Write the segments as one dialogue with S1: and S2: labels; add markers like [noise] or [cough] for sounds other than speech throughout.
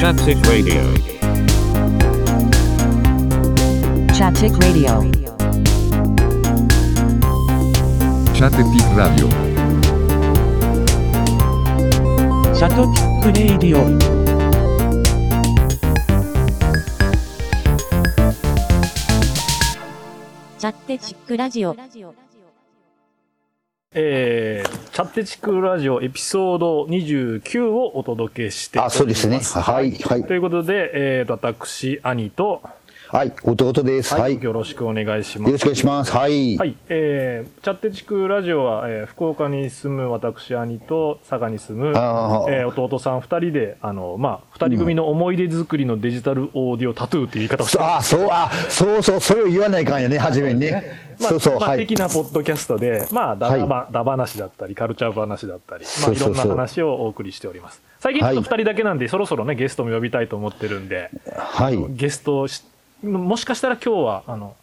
S1: Chaptic Radio.
S2: Chaptic Radio.
S3: Chat Epic Radio.
S4: シャトピックレイディオ。
S5: チャッテチックラジオ。
S6: えー、チャッテチクラジオエピソード29をお届けしておりま
S7: あ、そうですね。はい、はい
S6: と。いうことで、えー、と私、兄と、
S7: はい、弟です。はい。よ
S6: よろしくお願いします。
S7: ろしくお願いします。はい。
S6: はい、えー、チャッテチクラジオは、えー福岡に住む私、兄と、佐賀に住む、
S7: あー
S6: えー弟さん2人で、あの、まあ、2人組の思い出作りのデジタルオーディオタトゥーっていう言い方をして
S7: そあ、そう、あ、そうそう、それを言わないかんやね、初めにね。
S6: まあ、
S7: そうそう、
S6: まあ
S7: はい
S6: 的。なポッドキャストで、まあ、だ、
S7: はい
S6: まあだ話だったり、カルチャー話だったり、まあ、
S7: そう
S6: い
S7: そ
S6: ろ
S7: うんそう
S6: な話をお送りしております。最近ちょっと2人だけなんで、そろそろね、ゲストも呼びたいと思ってるんで、
S7: はい。
S6: ゲストし、もしかしたら今日は、あの、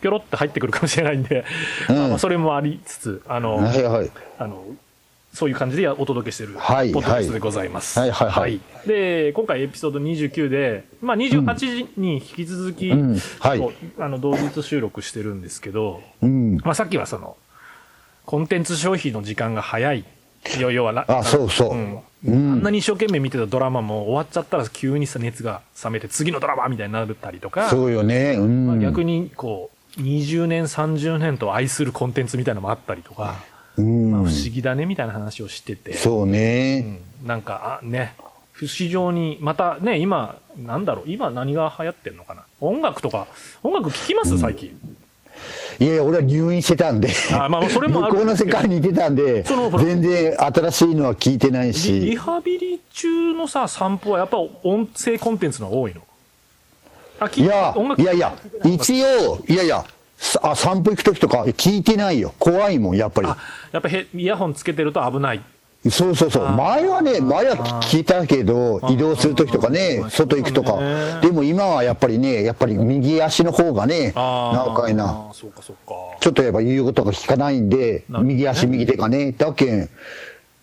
S6: ぴょろって入ってくるかもしれないんで、
S7: うん
S6: まあそれもありつつ、あの、
S7: はい、はい。
S6: あの、そういう感じでやお届けしてる、ポ
S7: は
S6: ッ
S7: い
S6: ドキャストでございます。
S7: はいはいはい
S6: で、今回エピソード29で、まあ28時に引き続き、
S7: うんはい
S6: こうあの、同日収録してるんですけど、
S7: うん。
S6: まあ、さっきはそのコンテンツ消費の時間が早い要要はな
S7: あそうそうんうん
S6: あんなに一生懸命見てたドラマも終わっちゃったら急にさ熱が冷めて次のドラマみたいになったりとか、
S7: そうよね。う
S6: まあ、
S7: ん。
S6: 逆にこう20年30年と愛するコンテンツみたいなのもあったりとか、
S7: うん
S6: 不。思議だねみたいな話をしてて
S7: そうね。
S6: うんなんかあね非常にまたね今なんだろう今何が流行ってんのかな音楽とか音楽聴きます最近、
S7: いやいや、俺は入院してたんで。
S6: あまあそれもある
S7: 向こうの世界に行ってたんで
S6: その、ほら
S7: 全然新しいのは聞いてない
S6: リリ
S7: し。
S6: ハビリ中のさ散歩はやっぱ音声コンテンツの方が多いのあ聞
S7: いや
S6: 音、楽
S7: いやいや、一応、いやいや、さあ散歩行くときとか聞いてないよ。怖いもん、やっぱり。
S6: あやっぱヘイヤホンつけてると危ない
S7: そうそうそう。前はね、前は聞いたけど、移動するときとかね
S6: あー、
S7: 外行くと
S6: そうだね
S7: か。でも今はやっぱりね、やっぱり右足の方がね、
S6: あ
S7: なおかいな。
S6: あーそうかそうか
S7: ちょっとやっぱ言うことが聞かないんで、
S6: なるほどね
S7: 右足右手がね。だけん、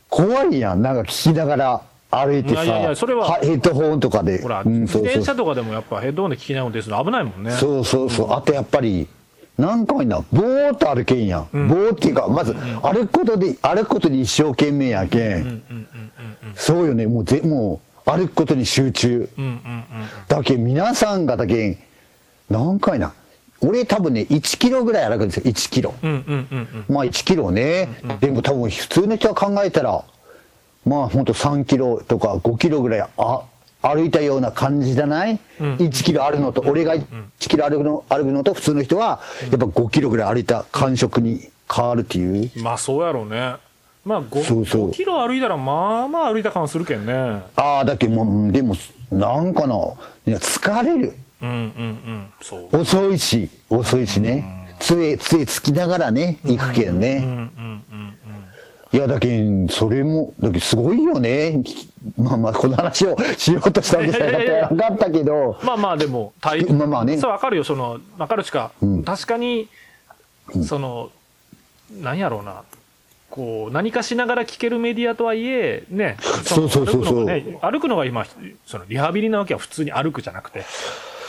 S7: 怖いやん。なんか聞きながら歩いてさ、
S6: いやいやいやそれは
S7: ヘッドホンとかで。
S6: ほら、
S7: うん、
S6: 自
S7: そうそ
S6: 転
S7: う
S6: 車とかでもやっぱヘッドホンで聞きないことですの危ないもんね
S7: そうそうそう、あとやっぱり、何回な、ぼーっと歩けんやん、ぼーっていうか、まず歩くことで、歩くことに一生懸命やけん、そうよね、もうぜもう歩くことに集中、だけん皆さんがだけん、何回な、俺、多分ね、1キロぐらい歩くんですよ、1キロ、まあ1キロね、でも多分普通の人が考えたら、まあ本当3キロとか5キロぐらいあ歩いたような感じじゃない、?1 キロあるのと、俺が1キロ歩くの歩くのと普通の人はやっぱ5キロぐらい歩いた感触に変わるっていう。
S6: まあそうやろうねまあ 5,
S7: そうそう
S6: キロ歩いたらまあまあ歩いた感するけんね
S7: ああ、だけどもううん、でも、なんかな、いや疲れる。
S6: うんうんうんそう
S7: 遅いし、遅いしね。杖、杖つきながらね、行くけんね。いや、だけん、それも、だけんすごいよね。まあまあ、この話をしようとしたんじゃなかったなかったけど。
S6: まあまあでも大
S7: まあまあね
S6: そうわかるよそのわかるしか、確かにその何やろうなこう何かしながら聞けるメディアとはいえねの
S7: そうそうそうそ
S6: 歩くの
S7: う
S6: がね歩くのが今そのリハビリなわけは普通に歩くじゃなくて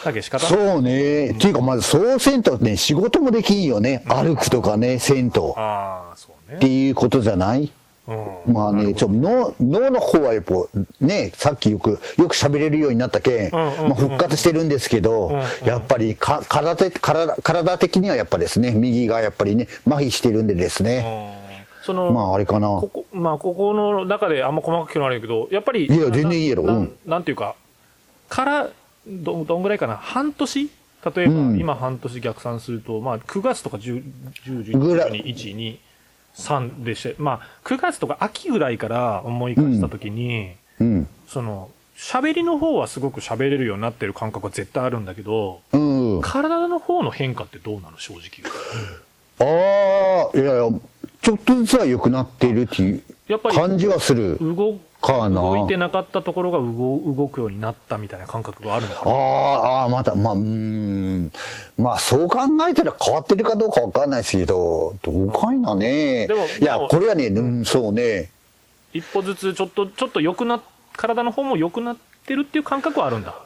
S6: だけど仕方ない
S7: そうね。っていうか、まず、そうせんとね、仕事もできんよね。歩くとかね、せんと。っ
S6: ああそうね
S7: ていうことじゃない
S6: うん
S7: まあね、ちょ、脳、脳の方はやっぱ、ね、さっきよく、よく喋れるようになったけん、
S6: んうんうん
S7: まあ復活してるんですけど、やっぱりか、体的、体、体的にはやっぱですね、右がやっぱりね、麻痺してるんでですね。
S6: その
S7: まあ、あれかな
S6: こ。こまあここの中であんま細かく聞かないけどやっぱりい
S7: や全然いいやろ
S6: な
S7: うん
S6: なんなんていうかからどどんぐらいかな半年例えば、
S7: うん
S6: 今半年逆算すると、まあ、9月とか10、10、
S7: ぐら
S6: 12、
S7: い
S6: 12、3でして、まあ、9月とか秋ぐらいから思い返したときに、
S7: うん。
S6: その、喋りの方はすごく喋れるようになってる感覚は絶対あるんだけど、
S7: うん。あ
S6: 体の方の変化ってどうなの正直。
S7: あー、いやいや、ちょっとずつは良くなってるっていう
S6: やっぱり
S7: 感じはする。
S6: 動
S7: かな
S6: 動いてなかったところが動動くようになったみたいな感覚があるのかな
S7: ああ、ああ、また、まあ、うーん。まあ、そう考えたら変わってるかどうかわかんないですけど、どうかいなね。
S6: でも
S7: いや
S6: でも、
S7: これはね、うん、そうね。
S6: 一歩ずつちょっとちょっと良くな体の方も良くなっってるっていう感覚はあるんだ。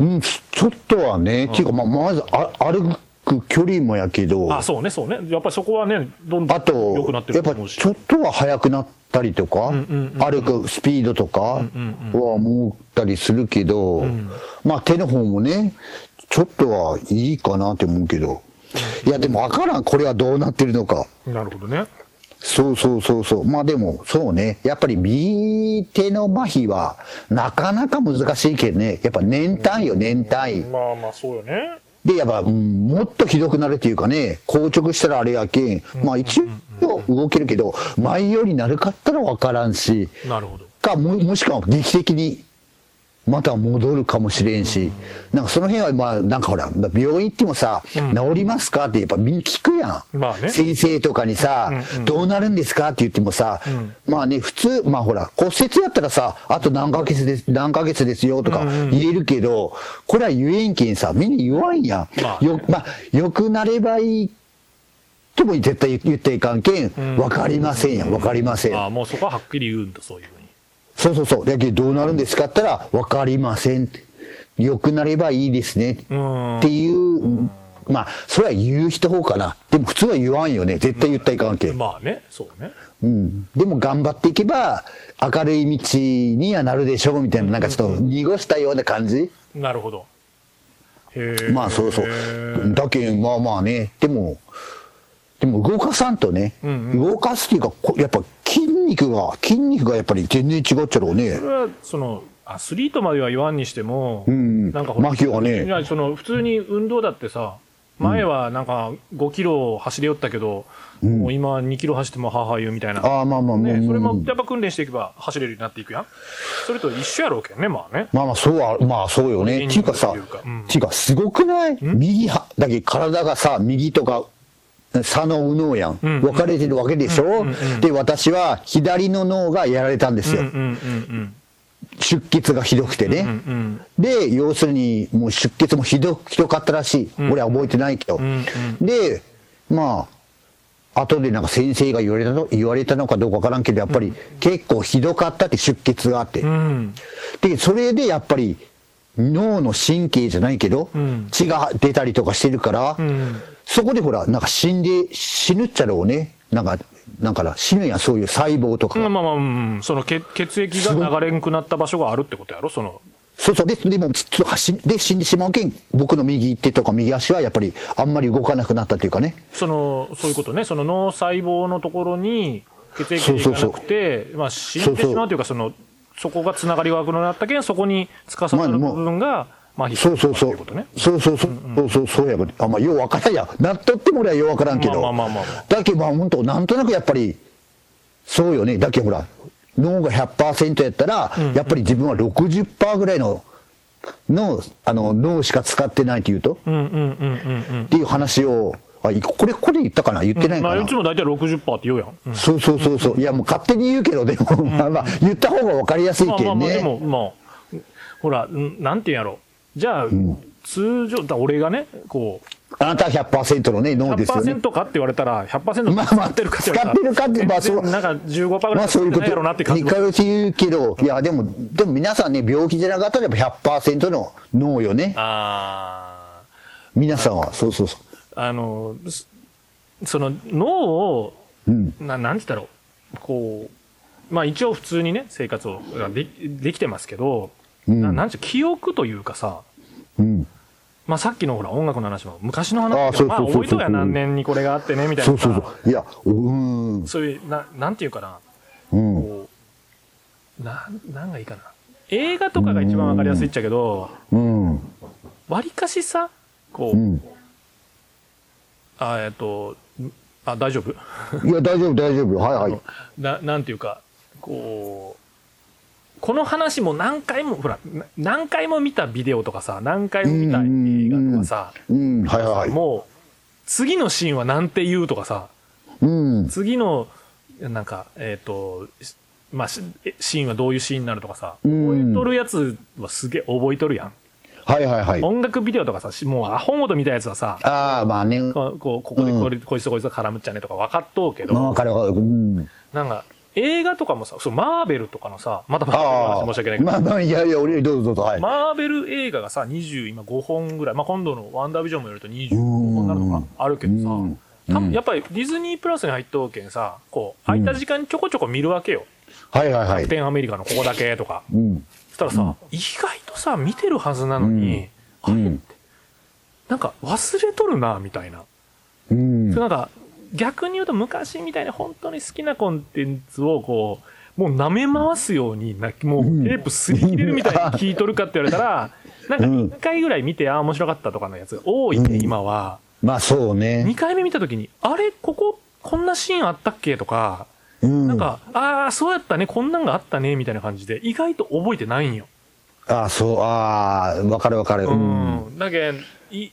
S7: うん、ちょっとはね、っていうか、まあ、まずあ歩く距離もやけど、
S6: あ、そうね、そうね。やっぱりそこはね、どんど
S7: あ
S6: ん良
S7: と
S6: くなっ、てる
S7: やっ
S6: と
S7: ぱ
S6: 思うし。
S7: ちょっとは速くなったりとか、
S6: んうんうん
S7: 歩くスピードとかは思ったりするけど、まあ手の方もね、ちょっとはいいかなって思うけど、いやでもわからん、これはどうなってるのか。
S6: なるほどね。
S7: そうそうそうそう。まあでも、そうね。やっぱり右手の麻痺は、なかなか難しいけどね。やっぱ年単位よ、年単位。
S6: まあまあ、そうよね。
S7: で、やっぱ、うんもっとひどくなるっていうかね、硬直したらあれやけん、まあ一応動けるけど、前よりなるかったらわからんし、
S6: なるほど。
S7: か、ももしくは劇的に、また戻るかもしれんし、なんかその辺は、まあ、なんかほら、病院行ってもさ、治りますかってやっぱみんな聞くやん。
S6: まあね
S7: 先生とかにさ、どうなるんですかって言ってもさ、まあね、普通、まあほら、骨折やったらさ、あと何ヶ月です、何ヶ月ですよとか言えるけど、これは言えんけんさ、みんな言わんやん。
S6: まあね
S7: よ、まあ、良くなればいい。とも絶対言っていかんけん、わかりませんやん、わかりません。
S6: ああ、もうそこははっきり言うんだ、そういうふうに。
S7: そうそうそう。だけどどうなるんですかって言ったら、わかりませんって。良くなればいいですね。
S6: ん
S7: っていう、まあ、それは言う人方かな。でも普通は言わんよね。絶対言ったらいかんけん。
S6: まあね、そうね。
S7: うん。でも頑張っていけば、明るい道にはなるでしょう、みたいな、なんかちょっと濁したような感じ。
S6: なるほど。へえ。
S7: まあ、そうそう。だけんまあまあね。でも、でも動かさんとね、動かすっていうか、こやっぱ筋肉が、筋肉がやっぱり全然違っちゃろうね
S6: そ。れはそのアスリートまでは言わんにしても、
S7: んうん
S6: なんかほら
S7: 麻痺はね
S6: いやその普通に運動だってさ前はなんか5キロ走り寄ったけど、もう今2キロ走っても母言うみたいな、
S7: ああ、まあまあまあ。
S6: ね、それ
S7: う
S6: も
S7: ん
S6: やっぱ訓練していけば走れるようになっていくやんそれと一緒やろうけんねまあね
S7: まあまあ、そうは、まあそうよね。
S6: 筋
S7: って
S6: 肉
S7: いうかさ、
S6: というかうん
S7: っていうか、すごくない右は、だけど体がさ、右とか、左の右脳やん。
S6: ん
S7: 分かれてるわけでしょ、で、私は左の脳がやられたんですよ。
S6: うんうん
S7: 出血がひどくてね。
S6: うんうん
S7: で、要するに、もう出血もひどひどかったらしい。俺は覚えてないけど。
S6: ん
S7: で、まあ、後でなんか先生が言われたの言われたのかどうかわからんけど、やっぱり結構ひどかったって出血があって。
S6: うん
S7: で、それでやっぱり脳の神経じゃないけど、
S6: ん
S7: 血が出たりとかしてるから、
S6: ん
S7: そこでほら、なんか死んで、死ぬっちゃろうね。なんか、なんかな死ぬやん、そういう細胞とか。
S6: まあまあまあ、うん、その血血液が流れんくなった場所があるってことやろその
S7: そうそう、で、でも、つつはしで死んでしまうけん、僕の右手とか右足はやっぱりあんまり動かなくなったというかね。
S6: そのそういうことね、その脳細胞のところに血液がいかなくて、まあ死んでしまうというか、そのそこがつながりが悪くなったけん、そこに司される部分が、まあ、
S7: そうそうそう。
S6: ということね。
S7: そうそうそう。そうそうそうやばあ、まあ、ようわからんや。なっとっても俺はようわからんけど。
S6: まあまあまあまあまあ
S7: だけど、まあ、本当なんとなくやっぱり、そうよね。だけど、ほら、脳が100%やったら、やっぱり自分は60%ぐらいの、の、あの、脳しか使ってないっていうと、
S6: うんうんうんうん
S7: っていう話を、あ、いこれ、これ言ったかな言ってな
S6: う
S7: い
S6: ん。
S7: か
S6: ま
S7: な、
S6: あ、いつも大体60%って言うやん。うん
S7: そうそうそうそう。いや、もう勝手に言うけど、でも、まあまあ、言った方が分かりやすい
S6: まあ
S7: け
S6: まあ
S7: ど
S6: まあ、で
S7: ね。
S6: も、まあ、ほら、んなんていうんやろ。じゃあ、通常、だ俺がね、こう、
S7: あなたは100%のね、脳ですよね。
S6: 100%かって言われたら、100%
S7: まあま
S6: 使
S7: あ
S6: ってるかって言
S7: 使
S6: わ
S7: っ
S6: れたら、
S7: てるかって、まあそう。
S6: なんか15%ぐらい
S7: ま
S6: は
S7: あそう
S6: 使って
S7: いうこ
S6: ないやろなって
S7: と。
S6: 感じ
S7: 二
S6: も
S7: 回打ち言うけど、いや、でも、でも皆さんね、病気じゃなかったらやっぱ100%の脳よね。
S6: あ
S7: 皆さんは、そうそうそ
S6: ーあの、すその脳を、
S7: う。うん。
S6: ななんて言ったろう、こう、まあ一応普通にね、生活をがでできてますけど、
S7: うん
S6: ななんていうの記憶というかさ、
S7: うん。
S6: まあさっきのほら音楽の話も昔の話
S7: あ
S6: だ
S7: ー
S6: け
S7: そ
S6: ど、
S7: う
S6: まあ
S7: そうそう
S6: 覚えとうや
S7: そう
S6: 何年にこれがあってね、みたいな
S7: そ
S6: さ。
S7: うそうそう。いや、うーん。
S6: そういう、ななんていうかな、
S7: うん。
S6: こう、なん、なんがいいかな。映画とかが一番わかりやすいっちゃけど、
S7: うん。
S6: わりかしさ、こ
S7: う
S6: う、
S7: ん。
S6: あ、えっと、あ、大丈夫
S7: いや、大丈夫、大丈夫。はいはい。
S6: ななんていうかこうこの話も何回もほらな何回も見たビデオとかさ何回も見た映画とかさ
S7: うん。はいはいはい。
S6: もう次のシーンはなんて言うとかさ
S7: うん。
S6: 次のなんかえっ、としまあしえシーンはどういうシーンになるとかさ
S7: うん
S6: 覚えとるやつはすげえ覚えとるやん
S7: はいはいはい。
S6: 音楽ビデオとかさしもうアホごと見たやつはさ
S7: ああ、まあね。
S6: こうこうここで
S7: うん
S6: これこいつとこいつが絡むっちゃねとか分かっとうけど
S7: まあ、わかるわかる。うん。
S6: なんか、映画とかもさ、そうマーベルとかのさ、またマーベルの
S7: あ
S6: 話
S7: あ。
S6: 申し訳ないけど、
S7: まあまあ、いやいや、俺、どうぞどうぞ、はい。
S6: マーベル映画がさ、20今5本ぐらい、まあ、今度のワンダービジョンもよると25本になるのかなあるけどさ、
S7: うん
S6: 多分やっぱりディズニープラスに入っとうけんさ、こう、空いた時間にちょこちょこ見るわけよ。
S7: はいはいは
S6: キャ
S7: い
S6: プ。テンアメリカのここだけとか。
S7: うん。
S6: そしたらさ、意外とさ、見てるはずなのに、あ
S7: うん
S6: れって、なんか忘れとるな、みたいな。
S7: うん。
S6: なんか、逆に言うと昔みたいに本当に好きなコンテンツをこう、もう舐め回すようにな、もうテープすり切れるみたいに聞いとるかって言われたら、なんか
S7: うん
S6: 1回ぐらい見て、ああ、面白かったとかのやつが多いね、今は。
S7: まあそう
S6: 2
S7: ね。
S6: 回目見たときに、あれ、ここ、こんなシーンあったっけとか、
S7: うん。
S6: なんか、ああ、そうやったね、こんなんがあったね、みたいな感じで、意外と覚えてないんよ。
S7: ああ、そう、ああ、わかるわかる。うん。
S6: だけんい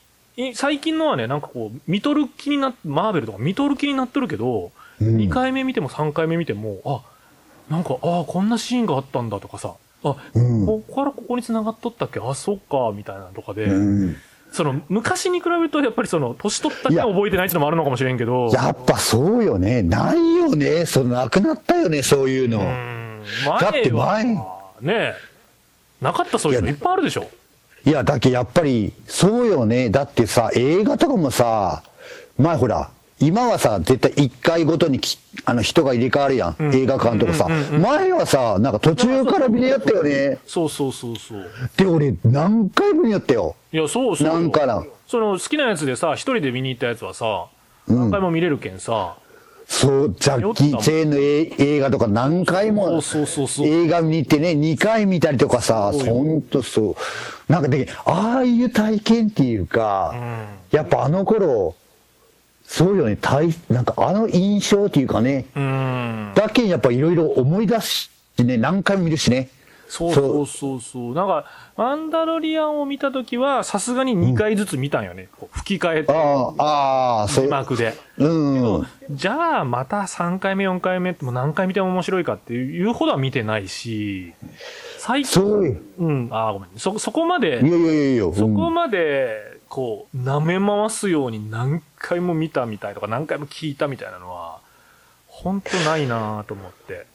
S6: い最近のはね、なんかこう、見とる気になっマーベルとか見とる気になってるけど、
S7: うん
S6: 2回目見ても3回目見ても、あ、なんか、ああ、こんなシーンがあったんだとかさ、あ、
S7: うん
S6: ここからここに繋がっとったっけあ、そっか、みたいなのとかで、
S7: うん。
S6: その、昔に比べるとやっぱりその、年取ったけ
S7: いや
S6: 覚えてないっていうのもあるのかもしれんけど、
S7: やっぱそうよね。ないよね。その、なくなったよね、そういうの。
S6: うん、
S7: だっ
S6: 前
S7: て
S6: は
S7: 前
S6: ねえ、なかったそういうの
S7: い
S6: い
S7: や
S6: っぱいあるでしょ。
S7: いや、だけどやっぱり、そうよね。だってさ、映画とかもさ、前ほら、今はさ、絶対1回ごとにきあの人が入れ替わるやん。
S6: ん
S7: 映画館とかさ
S6: うんうんうん。
S7: 前はさ、なんか途中から見れよったよね。
S6: そうそうそうそう。
S7: で、俺、何回見れよったよ。
S6: いや、そうそうよ。
S7: なんかな
S6: その好きなやつでさ、一人で見に行ったやつはさ、
S7: ん
S6: 何回も見れるけんさ、
S7: そう、ジャッキー・チェーンのえ映画とか何回も
S6: そうそうそうそう
S7: 映画見に行ってね、2回見たりとかさ、
S6: そうよ
S7: ほんとそう。なんかで、ああいう体験っていうか、やっぱあの頃、そうよね、体なんかあの印象っていうかね、
S6: うーん、
S7: だけにやっぱいろいろ思い出すしね、何回も見るしね。
S6: そうそうそうそう。なんか、マンダロリアンを見たときは、さすがに2回ずつ見たんよね。こう吹き替えて、
S7: ああ、ああ、そ
S6: 字
S7: う。
S6: 幕で。
S7: うん。
S6: じゃあ、また3回目、4回目って、もう何回見ても面白いかっていうほどは見てないし、最近、
S7: そうよ。
S6: うん、ああ、ごめん。そ、そこまで
S7: い、やいやいやいや。うん
S6: そこまで、こう、舐め回すように何回も見たみたいとか、何回も聞いたみたいなのは、ほんとないなぁと思って。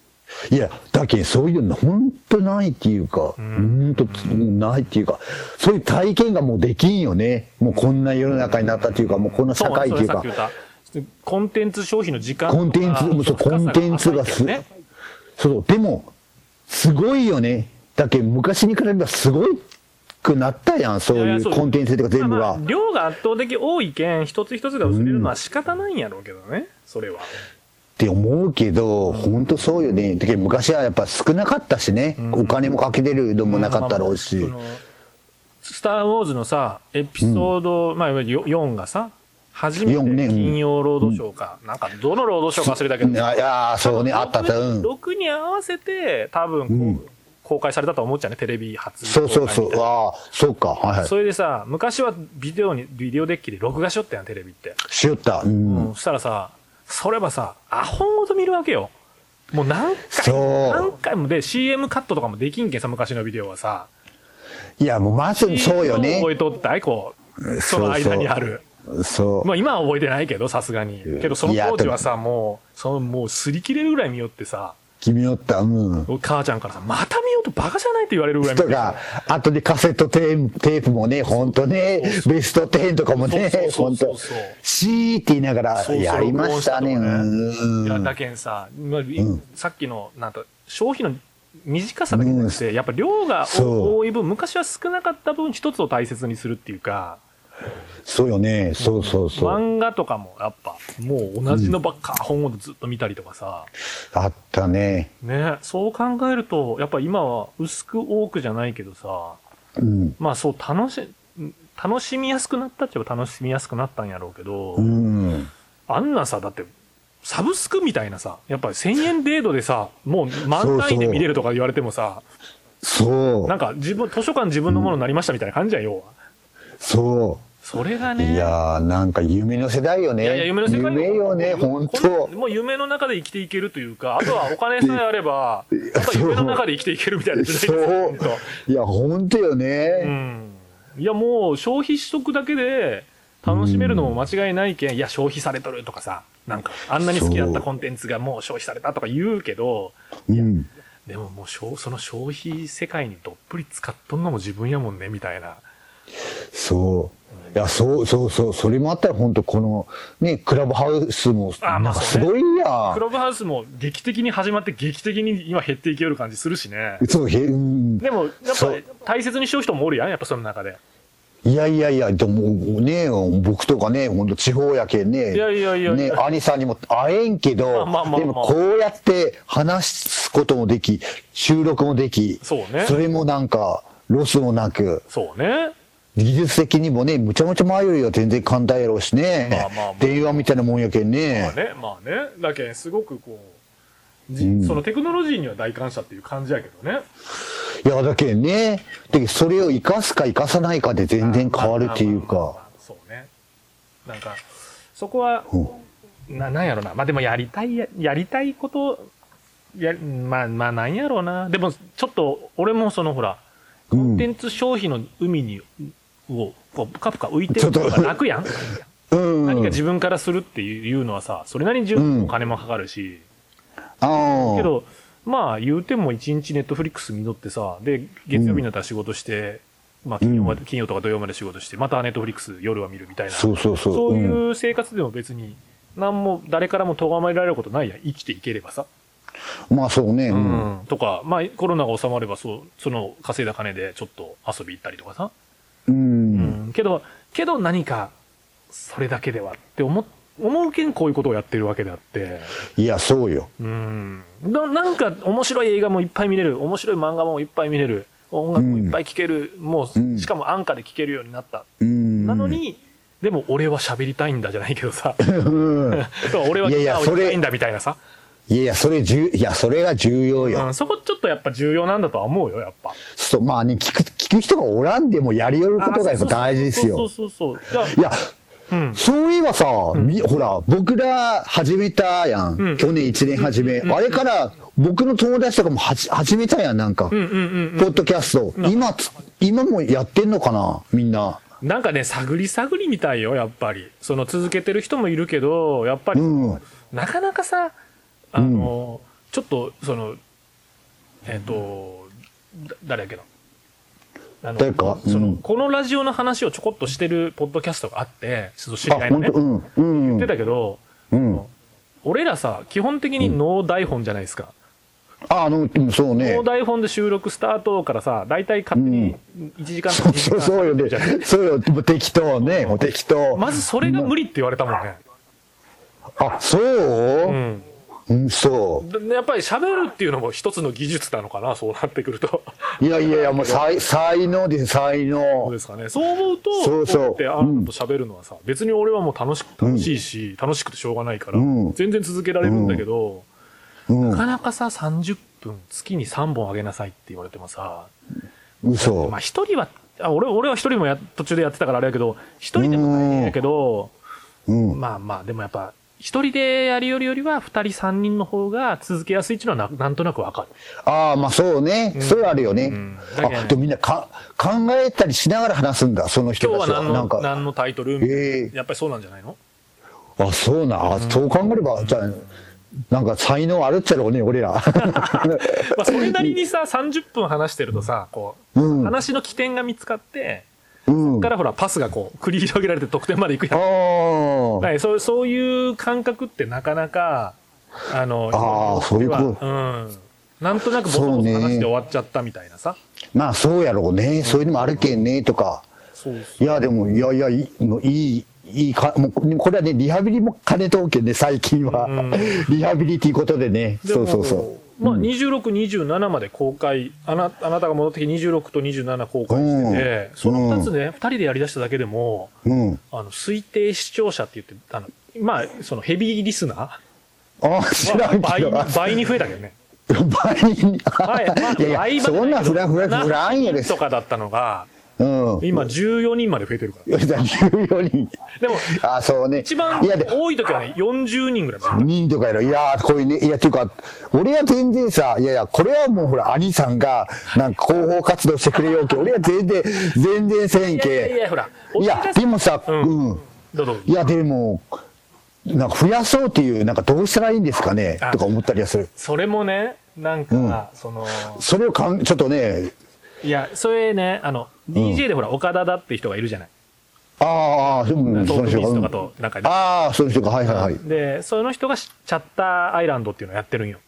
S7: いや、だけどそういうの本当ないっていうか、本当ないっていうか、そういう体験がもうできんよね。もうこんな世の中になったっていうか、もうこんな社会っていう
S6: そう
S7: か
S6: それ、さっき言った。コンテンツ消費の時間とか
S7: コンテンツ、もうそうコンテンツがす、
S6: ね。
S7: そう、でも、すごいよね。だけど昔に比べればすごくなったやん、そう
S6: いや
S7: い
S6: いうやそう
S7: コンテンツとか全
S6: ま
S7: 部
S6: あ
S7: は
S6: まあ。量が圧倒的多いけん、一つ一つが薄れるのは仕方ないんやろうけどね、それは。
S7: って思うけど、本当そうよね。だけど昔はやっぱ少なかったしね。お金もかけてるのもなかったろうし。
S6: そのスター・ウォーズのさ、エピソード、まあ、いわゆる4がさ、初めて
S7: 四ねうん
S6: 金曜ロードショーか、なんかどのロードショーか忘れたけど、
S7: あいやー、そうね、あったあった。うん。
S6: 6に合わせて、多分こう、公開されたと思っちゃうね、テレビ初公開
S7: そう
S6: みた
S7: そ
S6: いうな
S7: そう。ああ、そうか。はいはい。
S6: それでさ、昔はビデオに、ビデオデッキで録画しよったやん、テレビって。
S7: しよった。うん。
S6: うん、そしたらさ、それはさ、アホごと見るわけよ。もう何回
S7: そう
S6: も、何回もで、CM カットとかもできんけんさ、昔のビデオはさ。
S7: いや、もうまずそうよ
S6: CM を
S7: ね。
S6: 覚えとったい、こう、その間にある。
S7: そ
S6: まあ今は覚えてないけど、さすがに。けどその
S7: いや
S6: 当時はさ、もう、そのもう擦り切れるぐらい見よってさ、
S7: う。君よった。うん。
S6: 母ちゃんからさ、また見ようとバカじゃないって言われるぐらい見
S7: と
S6: て
S7: か、あとでカセットテープテープもね、ほんとね、ベスト10とかもね
S6: そう、そ
S7: ほ
S6: うんそう
S7: と
S6: そう。
S7: シーって言いな
S6: そ
S7: がら、
S6: うそう
S7: やりましたね。う
S6: 録音
S7: ん
S6: いやだけんさ、まあさっきのなんか消費の短さだけじゃなくて、やっぱ量が
S7: そう
S6: 多い分、昔は少なかった分、一つを大切にするっていうか、
S7: そうよね。そうそうそう。
S6: 漫画とかもやっぱ、もう同じのばっか、本をずっと見たりとかさ、
S7: あったね。
S6: ね、そう考えると、やっぱ今は薄く多くじゃないけどさ、
S7: うん。
S6: まあそう、楽し、楽しみやすくなったっちゃ楽しみやすくなったんやろうけど、
S7: うん。
S6: あんなさ、だって、サブスクみたいなさ、やっぱり1000円程度でさ、もう
S7: そう
S6: 満単位で見れるとか言われても
S7: [laughs]
S6: さ、
S7: そ
S6: なん
S7: う。
S6: か自分、図書館自分のものになりましたみたいな感じやん、要は。
S7: そ
S6: それが
S7: う。
S6: ね、
S7: いやー、なんか夢の世代よね。
S6: いやいや夢の世界の
S7: 夢よね、
S6: も
S7: ほ
S6: うんことん。もう夢の中で生きていけるというか、あとはお金さえあれば、やっぱり夢の中で生きていけるみ [laughs] たいな時代
S7: そ
S6: ですよ
S7: う
S6: ほんと。
S7: いや、ほんとよ
S6: う
S7: ね。
S6: ん。いや、もう消費しとくだけで、楽しめるのも間違いないけん、いや、消費されとるとかさ、なんか、あんなに好きだったコンテンツがもう消費されたとか言うけど、
S7: うん。
S6: でももう消、その消費世界にどっぷり使っとんのも自分やもんね、みたいな。
S7: そう。いや、そうそうそう。それもあったら本当この、ね、クラブハウスも、
S6: あ
S7: なん
S6: まあ
S7: かすごいや
S6: ク。ラブハウスも劇的に始まって劇的に今減っていける感じするしね。
S7: そう、へ、うん。
S6: でも、やっぱ
S7: そう
S6: 大切にしよう人もおるやん、やっぱその中で。
S7: いやいやいや、でもね、僕とかね、本当地方やけんね。
S6: いやいやいや
S7: ね、兄さんにも会えんけど、
S6: まあまあまあまあ
S7: でもこうやって話すこともでき、収録もでき、
S6: そうね
S7: れもなんか、ロスもなく、
S6: そうね。
S7: 技術的にもね、むちゃむちゃ前よりは全然簡単やろうしね、
S6: まあまあまあ
S7: 電話みたいなもんやけん
S6: ま
S7: ね
S6: あ。ね、まあね。だけんすごくこう、じ
S7: うん
S6: そのテクノロジーには大感謝っていう感じやけどね。
S7: いや、だけんね、でそれを生かすか生かさないかで全然変わるってい
S6: まあま
S7: う
S6: あまあ
S7: か
S6: ま。あ。そうね。なんか、そこは、
S7: うん
S6: ななんやろな、まあでもやりたいや、やりたいこと、やまあ、まあなんやろうな、でもちょっと俺もそのほら、コ
S7: うん
S6: ンテンツ消費の海に、をこうぷかぷか浮いてるの
S7: ちょ
S6: が
S7: っと
S6: 楽やん、
S7: うん。
S6: 何か自分からするっていうのはさ、それなりに準備もお金もかかるし、
S7: ああ
S6: けど、まあ言うても1日ネットフリックス見とってさ、で、月曜日になったら仕事して、まあ金曜まで金曜とか土曜まで仕事して、またネットフリックス夜は見るみたいな。
S7: そうそうそう。
S6: そう
S7: うん
S6: いう生活でも別に、何も誰からも咎められることないやん生きていければさ。
S7: まあそうね。うん
S6: とか、まあ、コロナが収まればそう、その稼いだ金でちょっと遊び行ったりとかさ。
S7: うん。
S6: うんけど、けど何か、それだけではって思っ思うけんこういうことをやってるわけであって、
S7: いや、そうよ。
S6: うん、ななんか面白い映画もいっぱい見れる、面白い漫画もいっぱい見れる、音楽もいっぱい聴ける、も
S7: う
S6: う、
S7: ん
S6: しかも安価で聴けるようになった。
S7: うん。
S6: なのに、でも俺は喋りたいんだじゃないけどさ、 [laughs]
S7: うん。
S6: そう俺はギターを弾きたいんだみたいなさ。
S7: いやいや、それ重、いや、それが重要よ。
S6: うん、そこちょっとやっぱ重要なんだとは思うよ、やっぱ。
S7: そう、まあね、聞く、聞く人がおらんでもやりよることがやっぱ大事です
S6: そう
S7: よ。
S6: そうそうそう。
S7: い
S6: じゃ
S7: や、
S6: あ、うん。
S7: そういえばさ、みほら、僕ら始めたやん。
S6: うん
S7: 去年1年始め。あれから、僕の友達とかもはじ始めたやん、なんか。
S6: うんうんうん
S7: ポッドキャスト。今つ、今もやってんのかなみんな。
S6: うん。なんかね、探り探りみたいよ、やっぱり。その続けてる人もいるけど、やっぱり、
S7: うん。
S6: なかなかさ、あの、ちょっと、その、えっ、と、だ誰やっけな。あの
S7: 誰か
S6: その
S7: うん
S6: このラジオの話をちょこっとしてるポッドキャストがあって、ちょっと知
S7: あ、
S6: り合いの
S7: 本
S6: ね
S7: 当、う、ん。うん。
S6: 言ってたけど、
S7: うん。
S6: 俺らさ、基本的にノー台本じゃないですか。
S7: あ、あの、うんそうね
S6: この。台本で収録スタートからさ、大体勝手に1時間
S7: そ
S6: と
S7: う
S6: か
S7: そうそうよ
S6: じゃ
S7: ね。そうよ。もう適当ね。もう適当。
S6: まずそれが無理って言われたもんね。。
S7: あ、そううんうん、そ
S6: でやっぱり喋るっていうのも一つの技術なのかな、そうなってくると。
S7: う。いやいやいや、もう才才能です、才
S6: そう
S7: 能
S6: で。すかね。そう思うと、
S7: そうそう
S6: こやってあんと喋るのはさ、別に俺はもう楽しく、楽しいし、楽しくてしょうがないから、
S7: うん
S6: 全然続けられるんだけど、
S7: う、
S6: なんかなかさ、30分、月に3本あげなさいって言われてもさ、
S7: 嘘
S6: まあ。一人は、あ俺俺は一人もや途中でやってたからあれやけど、一人でも大変やけど、
S7: うん。
S6: まあまあ、でもやっぱ、一人でやるよりよりは、二人三人の方が続けやすいっていうのはな、なんとなくわかる。
S7: ああ、まあそうね。それはあるよね
S6: ん。だけど
S7: あ、でもみんなか考えたりしながら話すんだ、その人
S6: 今日は
S7: たちは。
S6: 何
S7: な
S6: の
S7: ん、か、
S6: 何のタイトルみたいな
S7: え
S6: やっぱりそうなんじゃないの
S7: えあ、そうな。あそう考えれば、じゃあなんか才能あるっちゃろうね、俺
S6: [laughs]
S7: ら。
S6: まあ、それなりにさ、30分話してるとさ、こう、
S7: うん
S6: 話の起点が見つかって、
S7: うん。
S6: そこ
S7: あ
S6: からほら、パスがこう、繰り広げられて得点までいくやん。
S7: あ。
S6: はい、そうそういう感覚ってなかなか、あの、
S7: あーそういうこと
S6: ではうん。なんとなくボソボソ話して終わっちゃったみたいなさ。
S7: まあそうやろうね。そういうのもあるけんね、とか。
S6: そう
S7: いや、でも、いやいや、いい、もういい、いいか、もう、これはね、リハビリも兼ねとうけんね、最近は。リハビリっていうことでね。
S6: で
S7: そ
S6: も
S7: うそうそ
S6: まあ、26、27まで公開、あなあなたが戻ってきて26と27公開してて、
S7: うん
S6: その2つね、2人でやりだしただけでも、
S7: う。うん。
S6: あの推定視聴者って言って、あのまあ、そのヘビーリスナ
S7: あ、知
S6: ー
S7: ら
S6: は
S7: んけ
S6: 倍
S7: ど。
S6: 倍に増えたけどね。
S7: 倍に。
S6: 前まあ
S7: いや
S6: 倍
S7: いや、
S6: まで
S7: そんな
S6: だけど
S7: フラフラフラんやで
S6: 7人
S7: す
S6: と。かだったのが、
S7: うん。
S6: 今14人まで増えてるから。
S7: 吉田14人。
S6: でも、
S7: あ、そうね。
S6: 一番
S7: いや、で、
S6: 多い時はね、40人ぐらいまで。
S7: 人とかやろ。いやー、こういうね、いや、っていうか、俺は全然さ、いやいや、これはもうほら、兄さんが、なんか広報活動してくれようけ。俺は全然、全然せん
S6: いやいやい
S7: け。
S6: や、ほら、
S7: いや、でもさ、
S6: う
S7: うんん。
S6: どうぞ
S7: いや、でも、なんか増やそうっていう、なんかどうしたらいいんですかね
S6: あ
S7: とか思ったりはする。
S6: それもねなんか、その
S7: それをかん、ちょっとね、
S6: いやそれねあの DJ でほら、岡田だって人がいるじゃない
S7: ああ、うん
S6: ト
S7: そ
S6: ーク
S7: の
S6: ビー
S7: 人
S6: ズ
S7: が、う
S6: と
S7: ん
S6: かとなんか、
S7: ああ、その人が、はいはいはい。
S6: でその人がチャッターアイランドっていうのをやってるんよ